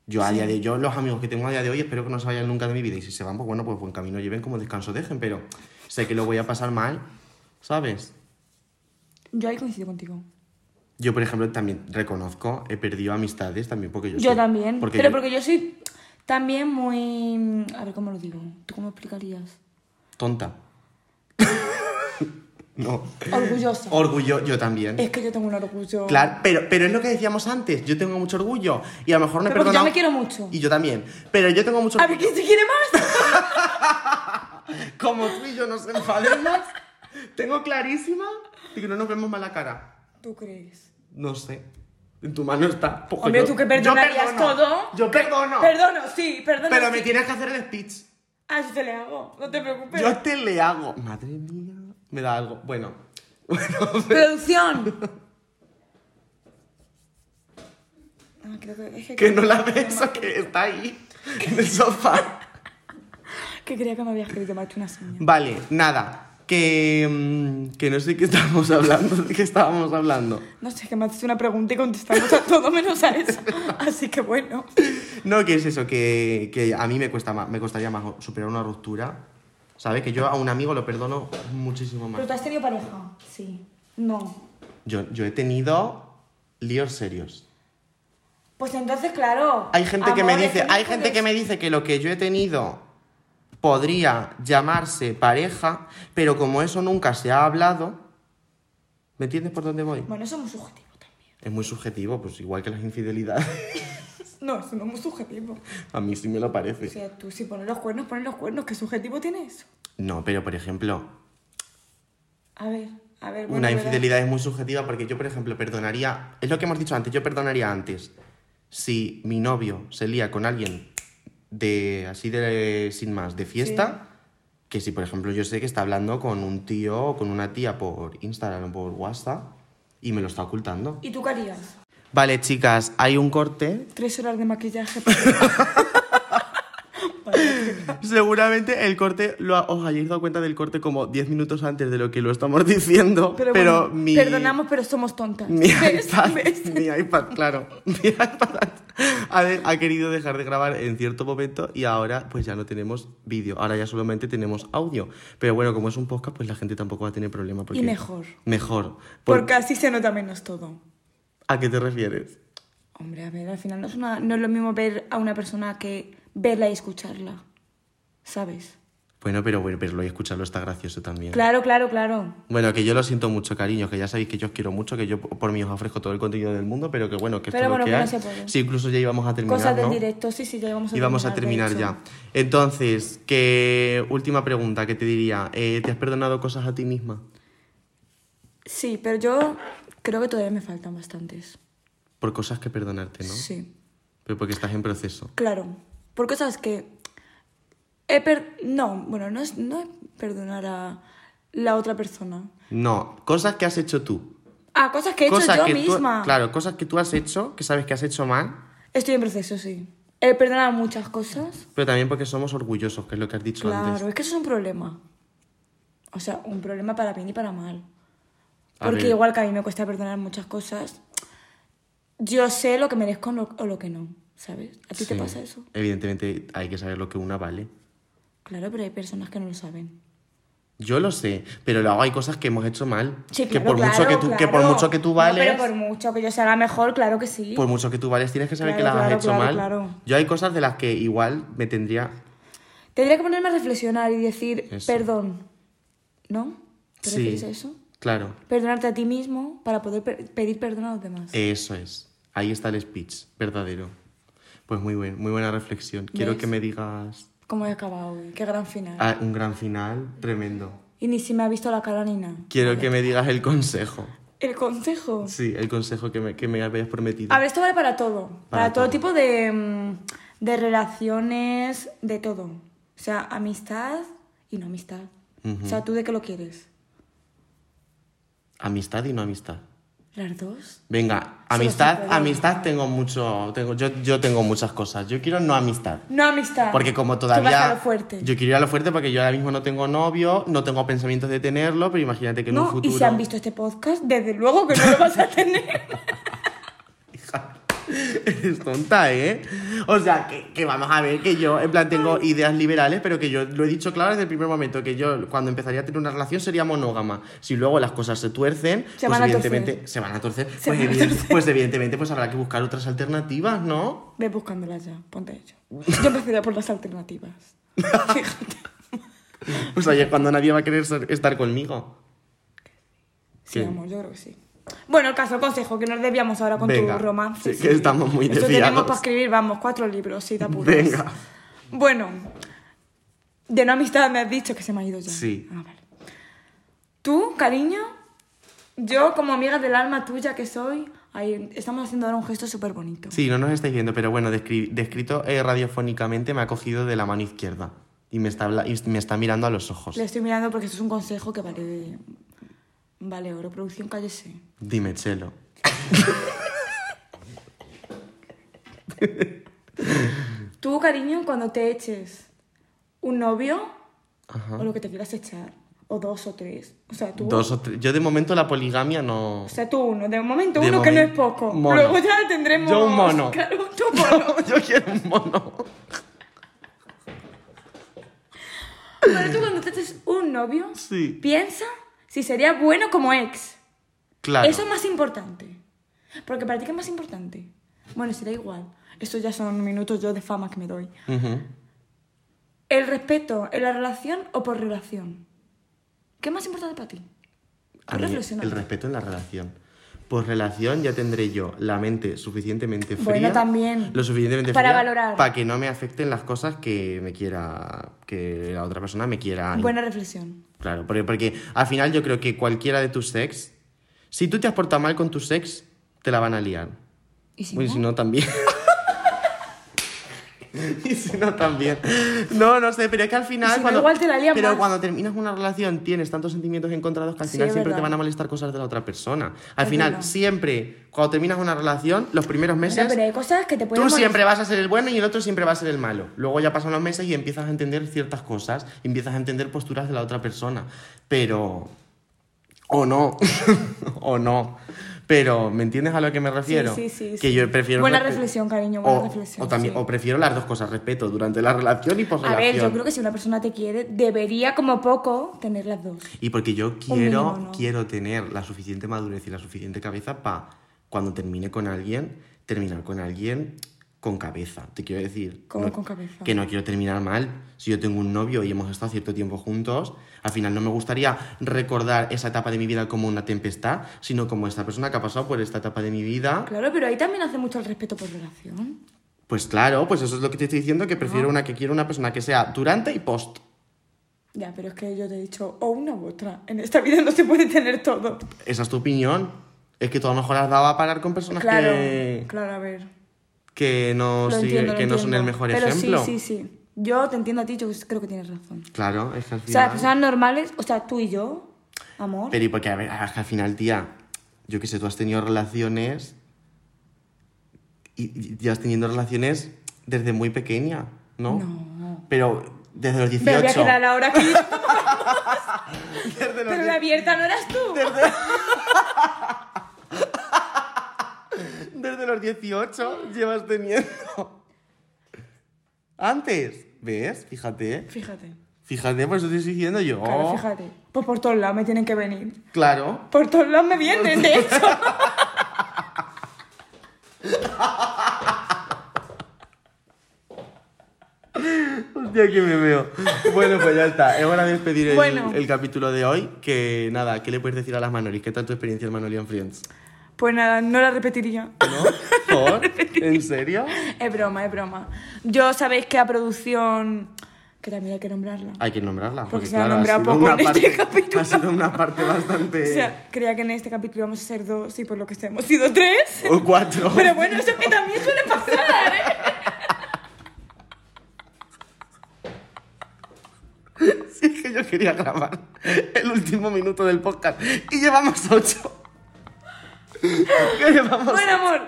S1: Yo a día de yo los amigos que tengo a día de hoy espero que no se vayan nunca de mi vida y si se van pues bueno, pues buen camino lleven como descanso dejen, pero sé que lo voy a pasar mal, ¿sabes?
S2: Yo ahí coincido contigo.
S1: Yo, por ejemplo, también reconozco, he perdido amistades también porque yo
S2: Yo
S1: soy-
S2: también. pero
S1: yo-
S2: porque yo soy también muy. mm, A ver, ¿cómo lo digo? ¿Tú cómo explicarías?
S1: tonta. [laughs] no.
S2: Orgullosa.
S1: Orgullo, yo también.
S2: es que yo tengo un orgullo.
S1: Eh, Claro, pero, pero es lo que decíamos antes, yo tengo mucho orgullo y a lo mejor no he
S2: Pero porque
S1: perdonado-
S2: yo me quiero mucho.
S1: Y yo también, pero yo tengo mucho
S2: A ver,
S1: orgullo.
S2: ¿quién se quiere más?
S1: Como tú y yo nos enfademos, tengo clarísima de que no nos vemos mala cara.
S2: ¿Tú crees?
S1: No sé, en tu mano está. porque
S2: Hombre,
S1: yo-
S2: tú que
S1: yo
S2: perdonarías
S1: perdono,
S2: todo.
S1: Yo perdono,
S2: Perdono, sí, perdono.
S1: pero me
S2: sí.
S1: tienes que hacer el speech.
S2: Ah, sí te le hago, no te preocupes.
S1: Yo te le hago. Madre mía. Me da algo. Bueno. [laughs]
S2: ¡Producción! Ah, creo que, es que,
S1: Que no la [laughs] ves, que está ahí. En el sofá.
S2: que creía que me había escrito más una seña.
S1: Vale, nada. Que, mm, que no sé qué estábamos hablando. [laughs] De qué estábamos hablando.
S2: No sé, que me haces una pregunta y contestamos a todo menos
S1: [laughs]
S2: a esa. Así que bueno.
S1: No, que es eso, que, que a mí me, cuesta más, me costaría más superar una ruptura. ¿Sabes? Que yo a un amigo lo perdono muchísimo más.
S2: ¿Pero tú has tenido pareja? Sí. No.
S1: Yo, yo he tenido líos serios.
S2: Pues entonces, claro.
S1: Hay gente que me
S2: amores,
S1: dice, hay
S2: hijos
S1: gente
S2: de-
S1: que me dice que lo que yo he tenido podría llamarse pareja, pero como eso nunca se ha hablado, ¿me entiendes por dónde voy?
S2: Bueno, eso es muy subjetivo también.
S1: Es muy subjetivo, pues igual que las infidelidades.
S2: No, eso no es muy subjetivo.
S1: A mí sí me lo
S2: O
S1: parece.
S2: sea, tú si pones los cuernos, pones los cuernos. ¿Qué subjetivo tiene eso?
S1: No, pero por ejemplo,
S2: A ver, a ver. bueno,
S1: una
S2: es verdad.
S1: infidelidad es muy subjetiva porque yo, por ejemplo, perdonaría, es lo que hemos dicho antes, yo perdonaría antes si mi novio se lía con alguien de así de sin más, de fiesta, que si por ejemplo yo sé que está hablando con un tío o con una tía por Instagram o por WhatsApp y me lo está ocultando.
S2: ¿Y tú qué harías?
S1: Vale, chicas, hay un
S2: [laughs]
S1: corte.
S2: Tres horas de maquillaje.
S1: [laughs] Seguramente el corte, lo ha- os hayáis dado cuenta del corte como 10 minutos antes de lo que lo estamos diciendo, pero,
S2: bueno,
S1: mi...
S2: [laughs] Perdonamos, pero somos tontas.
S1: Mi
S2: ¿Ves?
S1: iPad, [laughs]
S2: ¿Ves?
S1: mi iPad, claro. Mi iPad. ha, de- ha querido dejar de grabar en cierto momento y ahora pues ya no tenemos vídeo, ahora ya solamente tenemos audio. Pero bueno, como es un podcast, pues la gente tampoco va a tener problema. Porque...
S2: Y mejor.
S1: Mejor. Por-
S2: Porque así se nota menos todo.
S1: ¿A qué te refieres?
S2: Hombre, a ver, al final no es, una- no es lo mismo ver a una persona que verla y escucharla. ¿Sabes?
S1: Bueno, pero bueno, verlo y escucharlo está gracioso también.
S2: Claro, claro, claro.
S1: Bueno, que yo lo siento mucho, cariño, que ya sabéis que yo os quiero mucho, que yo por mí os ofrezco todo el contenido del mundo, pero que bueno, que esto
S2: Pero
S1: es lo
S2: bueno,
S1: que
S2: que no
S1: hay.
S2: se puede.
S1: Sí, incluso ya íbamos a terminar,
S2: Cosas del
S1: ¿no?
S2: directo, sí, sí, ya vamos a
S1: Y vamos a terminar
S2: de
S1: ya.
S2: hecho.
S1: Entonces, que última pregunta que te diría, eh, ¿te has perdonado cosas a ti misma?
S2: Sí, pero yo creo que todavía me faltan bastantes.
S1: Por cosas que perdonarte, ¿no?
S2: Sí.
S1: Pero porque estás en proceso.
S2: Claro, por cosas que he per- no, bueno, no es no es perdonar a la otra persona.
S1: No, cosas que has hecho tú.
S2: Ah, cosas que he hecho
S1: cosas
S2: yo
S1: que tú-
S2: misma.
S1: claro, cosas que tú has hecho, que sabes que has hecho mal,
S2: Estoy en proceso, sí. He perdonado muchas cosas.
S1: pero también porque somos orgullosos, que es lo que has dicho antes.
S2: Claro, es que eso es un problema. O sea, un problema para bien y para mal.
S1: A
S2: Porque
S1: ver.
S2: igual que a mí me cuesta perdonar muchas cosas, yo sé lo que merezco lo- o lo que no, ¿sabes? ¿A ti te
S1: Sí.
S2: pasa eso?
S1: Evidentemente hay que saber lo que una vale.
S2: Claro, pero hay personas que no lo saben.
S1: Yo lo sé, pero luego hay cosas que hemos hecho mal.
S2: Sí,
S1: que,
S2: claro,
S1: por mucho
S2: claro,
S1: que, tú, que por
S2: claro.
S1: mucho que tú
S2: No,
S1: vales,
S2: pero por mucho que yo sea la mejor, claro que sí.
S1: por mucho que tú vales, tienes que saber que
S2: Claro,
S1: las has
S2: claro,
S1: hecho
S2: claro,
S1: mal.
S2: claro.
S1: Yo hay cosas de las que igual me tendría.
S2: Tendría que ponerme a reflexionar y decir,
S1: Eso.
S2: perdón, ¿no? ¿Te
S1: Sí.
S2: refieres a eso?
S1: Claro,
S2: Perdonarte a ti mismo para poder pe- pedir perdón a los demás.
S1: eso es. Ahí está el speech, verdadero. Pues muy buen, muy buena reflexión. Quiero
S2: ¿Ves?
S1: que me digas
S2: ¿Cómo he acabado hoy? Qué gran final.
S1: ah, un gran final tremendo.
S2: Y ni si me ha visto la cara ni nada.
S1: Quiero que me digas el consejo.
S2: El consejo.
S1: Sí, el consejo que me, que me habías prometido.
S2: A ver, esto vale para todo. Para,
S1: Para
S2: todo,
S1: todo.
S2: tipo de, mm, de relaciones, de todo. O sea, amistad y no amistad. O sea, ¿tú de qué lo quieres?
S1: Amistad y no amistad.
S2: ¿Las dos?
S1: Venga,
S2: Solo
S1: amistad,
S2: se puede.
S1: amistad tengo mucho, tengo, yo, yo tengo muchas cosas. Yo quiero no amistad.
S2: No amistad.
S1: Porque como
S2: Tú vas
S1: todavía...
S2: a lo fuerte.
S1: Yo quiero ir a lo fuerte porque yo ahora mismo no tengo novio, no tengo pensamientos de tenerlo, pero imagínate que en un
S2: no,
S1: futuro...
S2: y
S1: [laughs]
S2: si han visto este podcast, desde luego que no lo vas a tener.
S1: Eres tonta, ¿eh? O sea, que, que vamos a ver que yo, en plan, tengo ideas liberales, pero que yo lo he dicho claro desde el primer momento, que yo cuando empezaría a tener una relación sería monógama. Si luego las cosas se tuercen,
S2: Se
S1: pues
S2: van a
S1: evidentemente
S2: torcer.
S1: se van a torcer.
S2: Se
S1: pues,
S2: van a
S1: evidente-
S2: torcer.
S1: pues evidentemente pues habrá que buscar otras alternativas, ¿no?
S2: Ve buscándola ya, ponte ello. Yo empezaría por
S1: [laughs]
S2: las alternativas. Fíjate.
S1: Pues ahí es cuando nadie va a querer ser- estar conmigo.
S2: Sí,
S1: ¿Qué?
S2: amor, yo creo que sí. Bueno, el caso, el consejo, que nos desviamos ahora con
S1: Venga,
S2: tu romance.
S1: sí, que estamos muy
S2: Esto tenemos
S1: desviados.
S2: para escribir, vamos, cuatro libros, sí, te apuras.
S1: Venga.
S2: Bueno, de no amistad me has dicho que se me ha ido ya.
S1: Sí.
S2: Ah, vale. Tú, cariño, yo como amiga del alma tuya que soy, ahí, estamos haciendo ahora un gesto súper bonito.
S1: Sí, no nos estáis viendo, pero bueno, descri- descrito eh, radiofónicamente me ha cogido de la mano izquierda y me está, habla- y me está mirando a los ojos.
S2: Le estoy mirando porque esto es un consejo que vale. Vale, oro, producción, cállese.
S1: Dime, Chelo.
S2: Tú, cariño, cuando te eches un novio, o lo que te quieras echar, o dos o tres. O sea, tú.
S1: Dos o tres. Yo de momento la poligamia no...
S2: O sea, tú uno. De momento
S1: De
S2: uno que no es
S1: momento,
S2: poco.
S1: mono.
S2: Luego ya tendremos.
S1: Yo un mono.
S2: [laughs] Claro, tú un [laughs] mono.
S1: [laughs] Yo quiero un mono.
S2: Pero tú cuando te eches un novio,
S1: Sí.
S2: piensa si sería bueno como ex.
S1: Claro.
S2: Eso es más importante. Porque para ti, ¿qué es más importante? Bueno, será igual. Esto ya son minutos yo de fama que me doy.
S1: Ujú.
S2: ¿El respeto en la relación o por relación? ¿Qué es más importante para ti?
S1: A
S2: Tú
S1: mí,
S2: reflexiona.
S1: el respeto en la relación. Por relación ya tendré yo la mente suficientemente fría.
S2: Bueno, también.
S1: Lo suficientemente
S2: Para
S1: fría
S2: valorar.
S1: Para que no me afecten las cosas que me quiera. que la otra persona me quiera.
S2: Buena reflexión.
S1: Claro, porque, porque al final yo creo que cualquiera de tus sex, si tú te has portado mal con tus sex, te la van a liar.
S2: ¿Y si
S1: Bueno, Pues
S2: no?
S1: si no, también. [laughs] y si no, también. No, no sé, pero es que al final.
S2: Y si no,
S1: cuando,
S2: igual te la lían
S1: Pero
S2: más.
S1: cuando terminas una relación tienes tantos sentimientos encontrados que al
S2: Sí,
S1: final
S2: es
S1: siempre te
S2: verdad.
S1: van a molestar cosas de la otra persona. Al
S2: Es
S1: final,
S2: verdad.
S1: siempre, cuando terminas una relación, los primeros meses.
S2: Bueno, pero hay cosas que te pueden
S1: Tú
S2: molestar.
S1: siempre vas a ser el bueno y el otro siempre va a ser el malo. Luego ya pasan los meses y empiezas a entender ciertas cosas, y empiezas a entender posturas de la otra persona. Pero. [laughs] O no. o no. Pero, ¿me entiendes a lo que me refiero?
S2: sí, sí,
S1: Que
S2: sí.
S1: yo prefiero...
S2: Buena
S1: respe-
S2: reflexión, cariño, buena
S1: O,
S2: reflexión,
S1: o también,
S2: sí.
S1: o prefiero las dos cosas, respeto durante la relación y por
S2: A ver,
S1: relación.
S2: yo creo que si una persona te quiere, debería como poco tener las dos.
S1: Y porque yo quiero,
S2: mínimo, ¿no?
S1: quiero tener la suficiente madurez y la suficiente cabeza para cuando termine con alguien, terminar con alguien con cabeza. Te quiero decir.
S2: ¿Cómo con cabeza?
S1: Que no quiero terminar mal. Si yo tengo un novio y hemos estado cierto tiempo juntos, al final no me gustaría recordar esa etapa de mi vida como una tempestad, sino como esta persona que ha pasado por esta etapa de mi vida.
S2: Claro, pero ahí también hace mucho el respeto por relación.
S1: Pues claro, pues eso es lo que te estoy diciendo, que prefiero una que quiero una persona que sea durante y post.
S2: Ya, pero es que yo te he dicho o una u otra. En esta vida no se puede tener todo.
S1: Esa es tu opinión. Es que tú a lo mejor has dado a parar con personas
S2: Claro,
S1: que...
S2: claro, a ver.
S1: que no,
S2: Lo
S1: sigue-
S2: entiendo, lo
S1: que no son
S2: entiendo.
S1: el mejor
S2: Pero
S1: ejemplo.
S2: Sí, sí, sí. Yo te entiendo a ti, yo creo que tienes razón.
S1: Claro, es que al
S2: O sea,
S1: final.
S2: las personas normales, o sea, tú y yo, amor.
S1: Pero y porque, a ver, es que al final, tía, yo qué sé, tú has tenido relaciones y, y has tenido relaciones desde muy pequeña, ¿no?
S2: No.
S1: Pero desde los
S2: Me
S1: 18.
S2: voy a quedar ahora aquí.
S1: Desde los
S2: Pero la abierta no eras tú.
S1: Desde los 18 llevas teniendo. Antes, ¿ves? Fíjate.
S2: Fíjate.
S1: Fíjate, por eso te estoy diciendo yo.
S2: Claro, fíjate. Pues por todos lados me tienen que venir.
S1: Claro.
S2: Por todos lados me vienen, de hecho.
S1: Hostia, aquí Pues me veo. Bueno, pues ya está. Es hora de despedir el,
S2: Bueno.
S1: el capítulo de hoy. Que nada, ¿qué le puedes decir a las Manolis? ¿Qué tal tu experiencia en Manolian Friends?
S2: Pues nada, no la repetiría.
S1: ¿No? ¿Por? ¿En serio?
S2: Es broma, es broma. Yo sabéis que a producción. que también hay que nombrarla.
S1: Hay que nombrarla. Porque,
S2: Porque se ha
S1: claro, ha
S2: nombrado
S1: sido
S2: poco
S1: una
S2: en este
S1: parte-
S2: capítulo.
S1: Ha sido una parte bastante.
S2: O sea, creía que en este capítulo íbamos a ser dos y por lo que sea, hemos
S1: [laughs]
S2: sido tres.
S1: o cuatro.
S2: Pero bueno, eso que también suele pasar, ¿eh?
S1: Sí, que yo quería grabar el último minuto del podcast. Y llevamos
S2: [laughs]
S1: ocho. [laughs] ¿Qué [laughs] llevamos?
S2: Bueno, amor,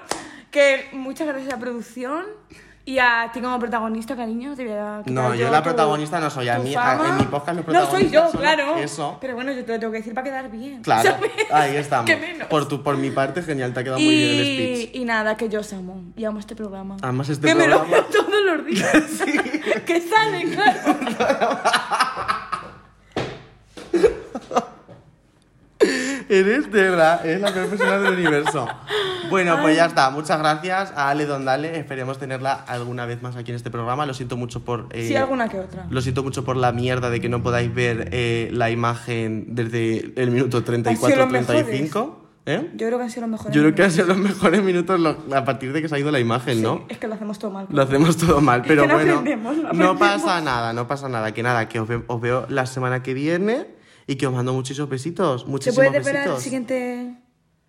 S2: que muchas gracias a producción y a ti como protagonista, cariño. Te voy a quitar
S1: No, yo la
S2: tu-
S1: protagonista no soy, a
S2: tu
S1: mí-
S2: fama.
S1: a- en mi podcast los
S2: No soy
S1: protagonistas
S2: yo,
S1: son-
S2: claro.
S1: eso.
S2: Pero bueno, yo te lo tengo que decir para quedar bien.
S1: Claro,
S2: ¿sabes? [laughs]
S1: ahí estamos.
S2: ¿Qué menos?
S1: Por, tu, por mi parte, genial, te ha quedado muy bien el speech.
S2: Y, y nada, que yo os amo y amo este programa.
S1: Amas este
S2: que me lo
S1: programa.
S2: veo todos
S1: [laughs]
S2: los días. [laughs] que sale, claro.
S1: Eres de verdad, eres la peor persona del universo. Bueno, pues ya está. Muchas gracias a Ale Dondale. Esperemos tenerla alguna vez más aquí en este programa. Lo siento mucho por. eh,
S2: Sí, alguna que otra.
S1: Lo siento mucho por la mierda de que no podáis ver eh, la imagen desde el minuto
S2: Han sido los
S1: 34-35. ¿Eh?
S2: Yo creo que han sido los mejores.
S1: Yo creo que han sido los mejores minutos lo- a partir de que se ha ido la imagen,
S2: Sí,
S1: ¿no?
S2: Es que lo hacemos todo mal.
S1: Lo hacemos todo mal,
S2: Es
S1: pero
S2: que no
S1: bueno.
S2: aprendemos, no
S1: no
S2: aprendemos.
S1: pasa nada, no pasa nada. Que nada, que os, ve- os veo la semana que viene y que os mando muchísimos besitos.
S2: ¿Se
S1: Muchísimos
S2: puede esperar el
S1: besitos.
S2: siguiente?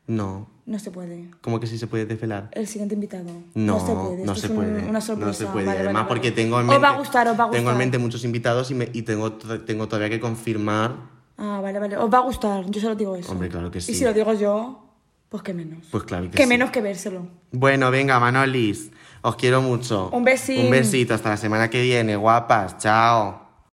S1: No,
S2: No se puede.
S1: como que sí se puede desvelar.
S2: El siguiente invitado.
S1: No,
S2: Eh, se puede.
S1: no
S2: esto
S1: se
S2: es un-
S1: puede.
S2: una sorpresa.
S1: No se puede.
S2: Vale, vale,
S1: Además,
S2: vale.
S1: porque tengo en mente.
S2: Os va a gustar, os va a gustar.
S1: Tengo en mente muchos invitados y, me- y tengo, to- tengo todavía que confirmar.
S2: Ah, vale, vale. Os va a gustar. Yo solo digo eso.
S1: Hombre, claro que sí.
S2: Y si lo digo yo, pues qué menos.
S1: Pues claro que
S2: Que
S1: sí.
S2: menos que vérselo.
S1: Bueno, venga, Manolis. Os quiero mucho.
S2: Un besín.
S1: Un besito. Hasta la semana que viene, guapas. Chao.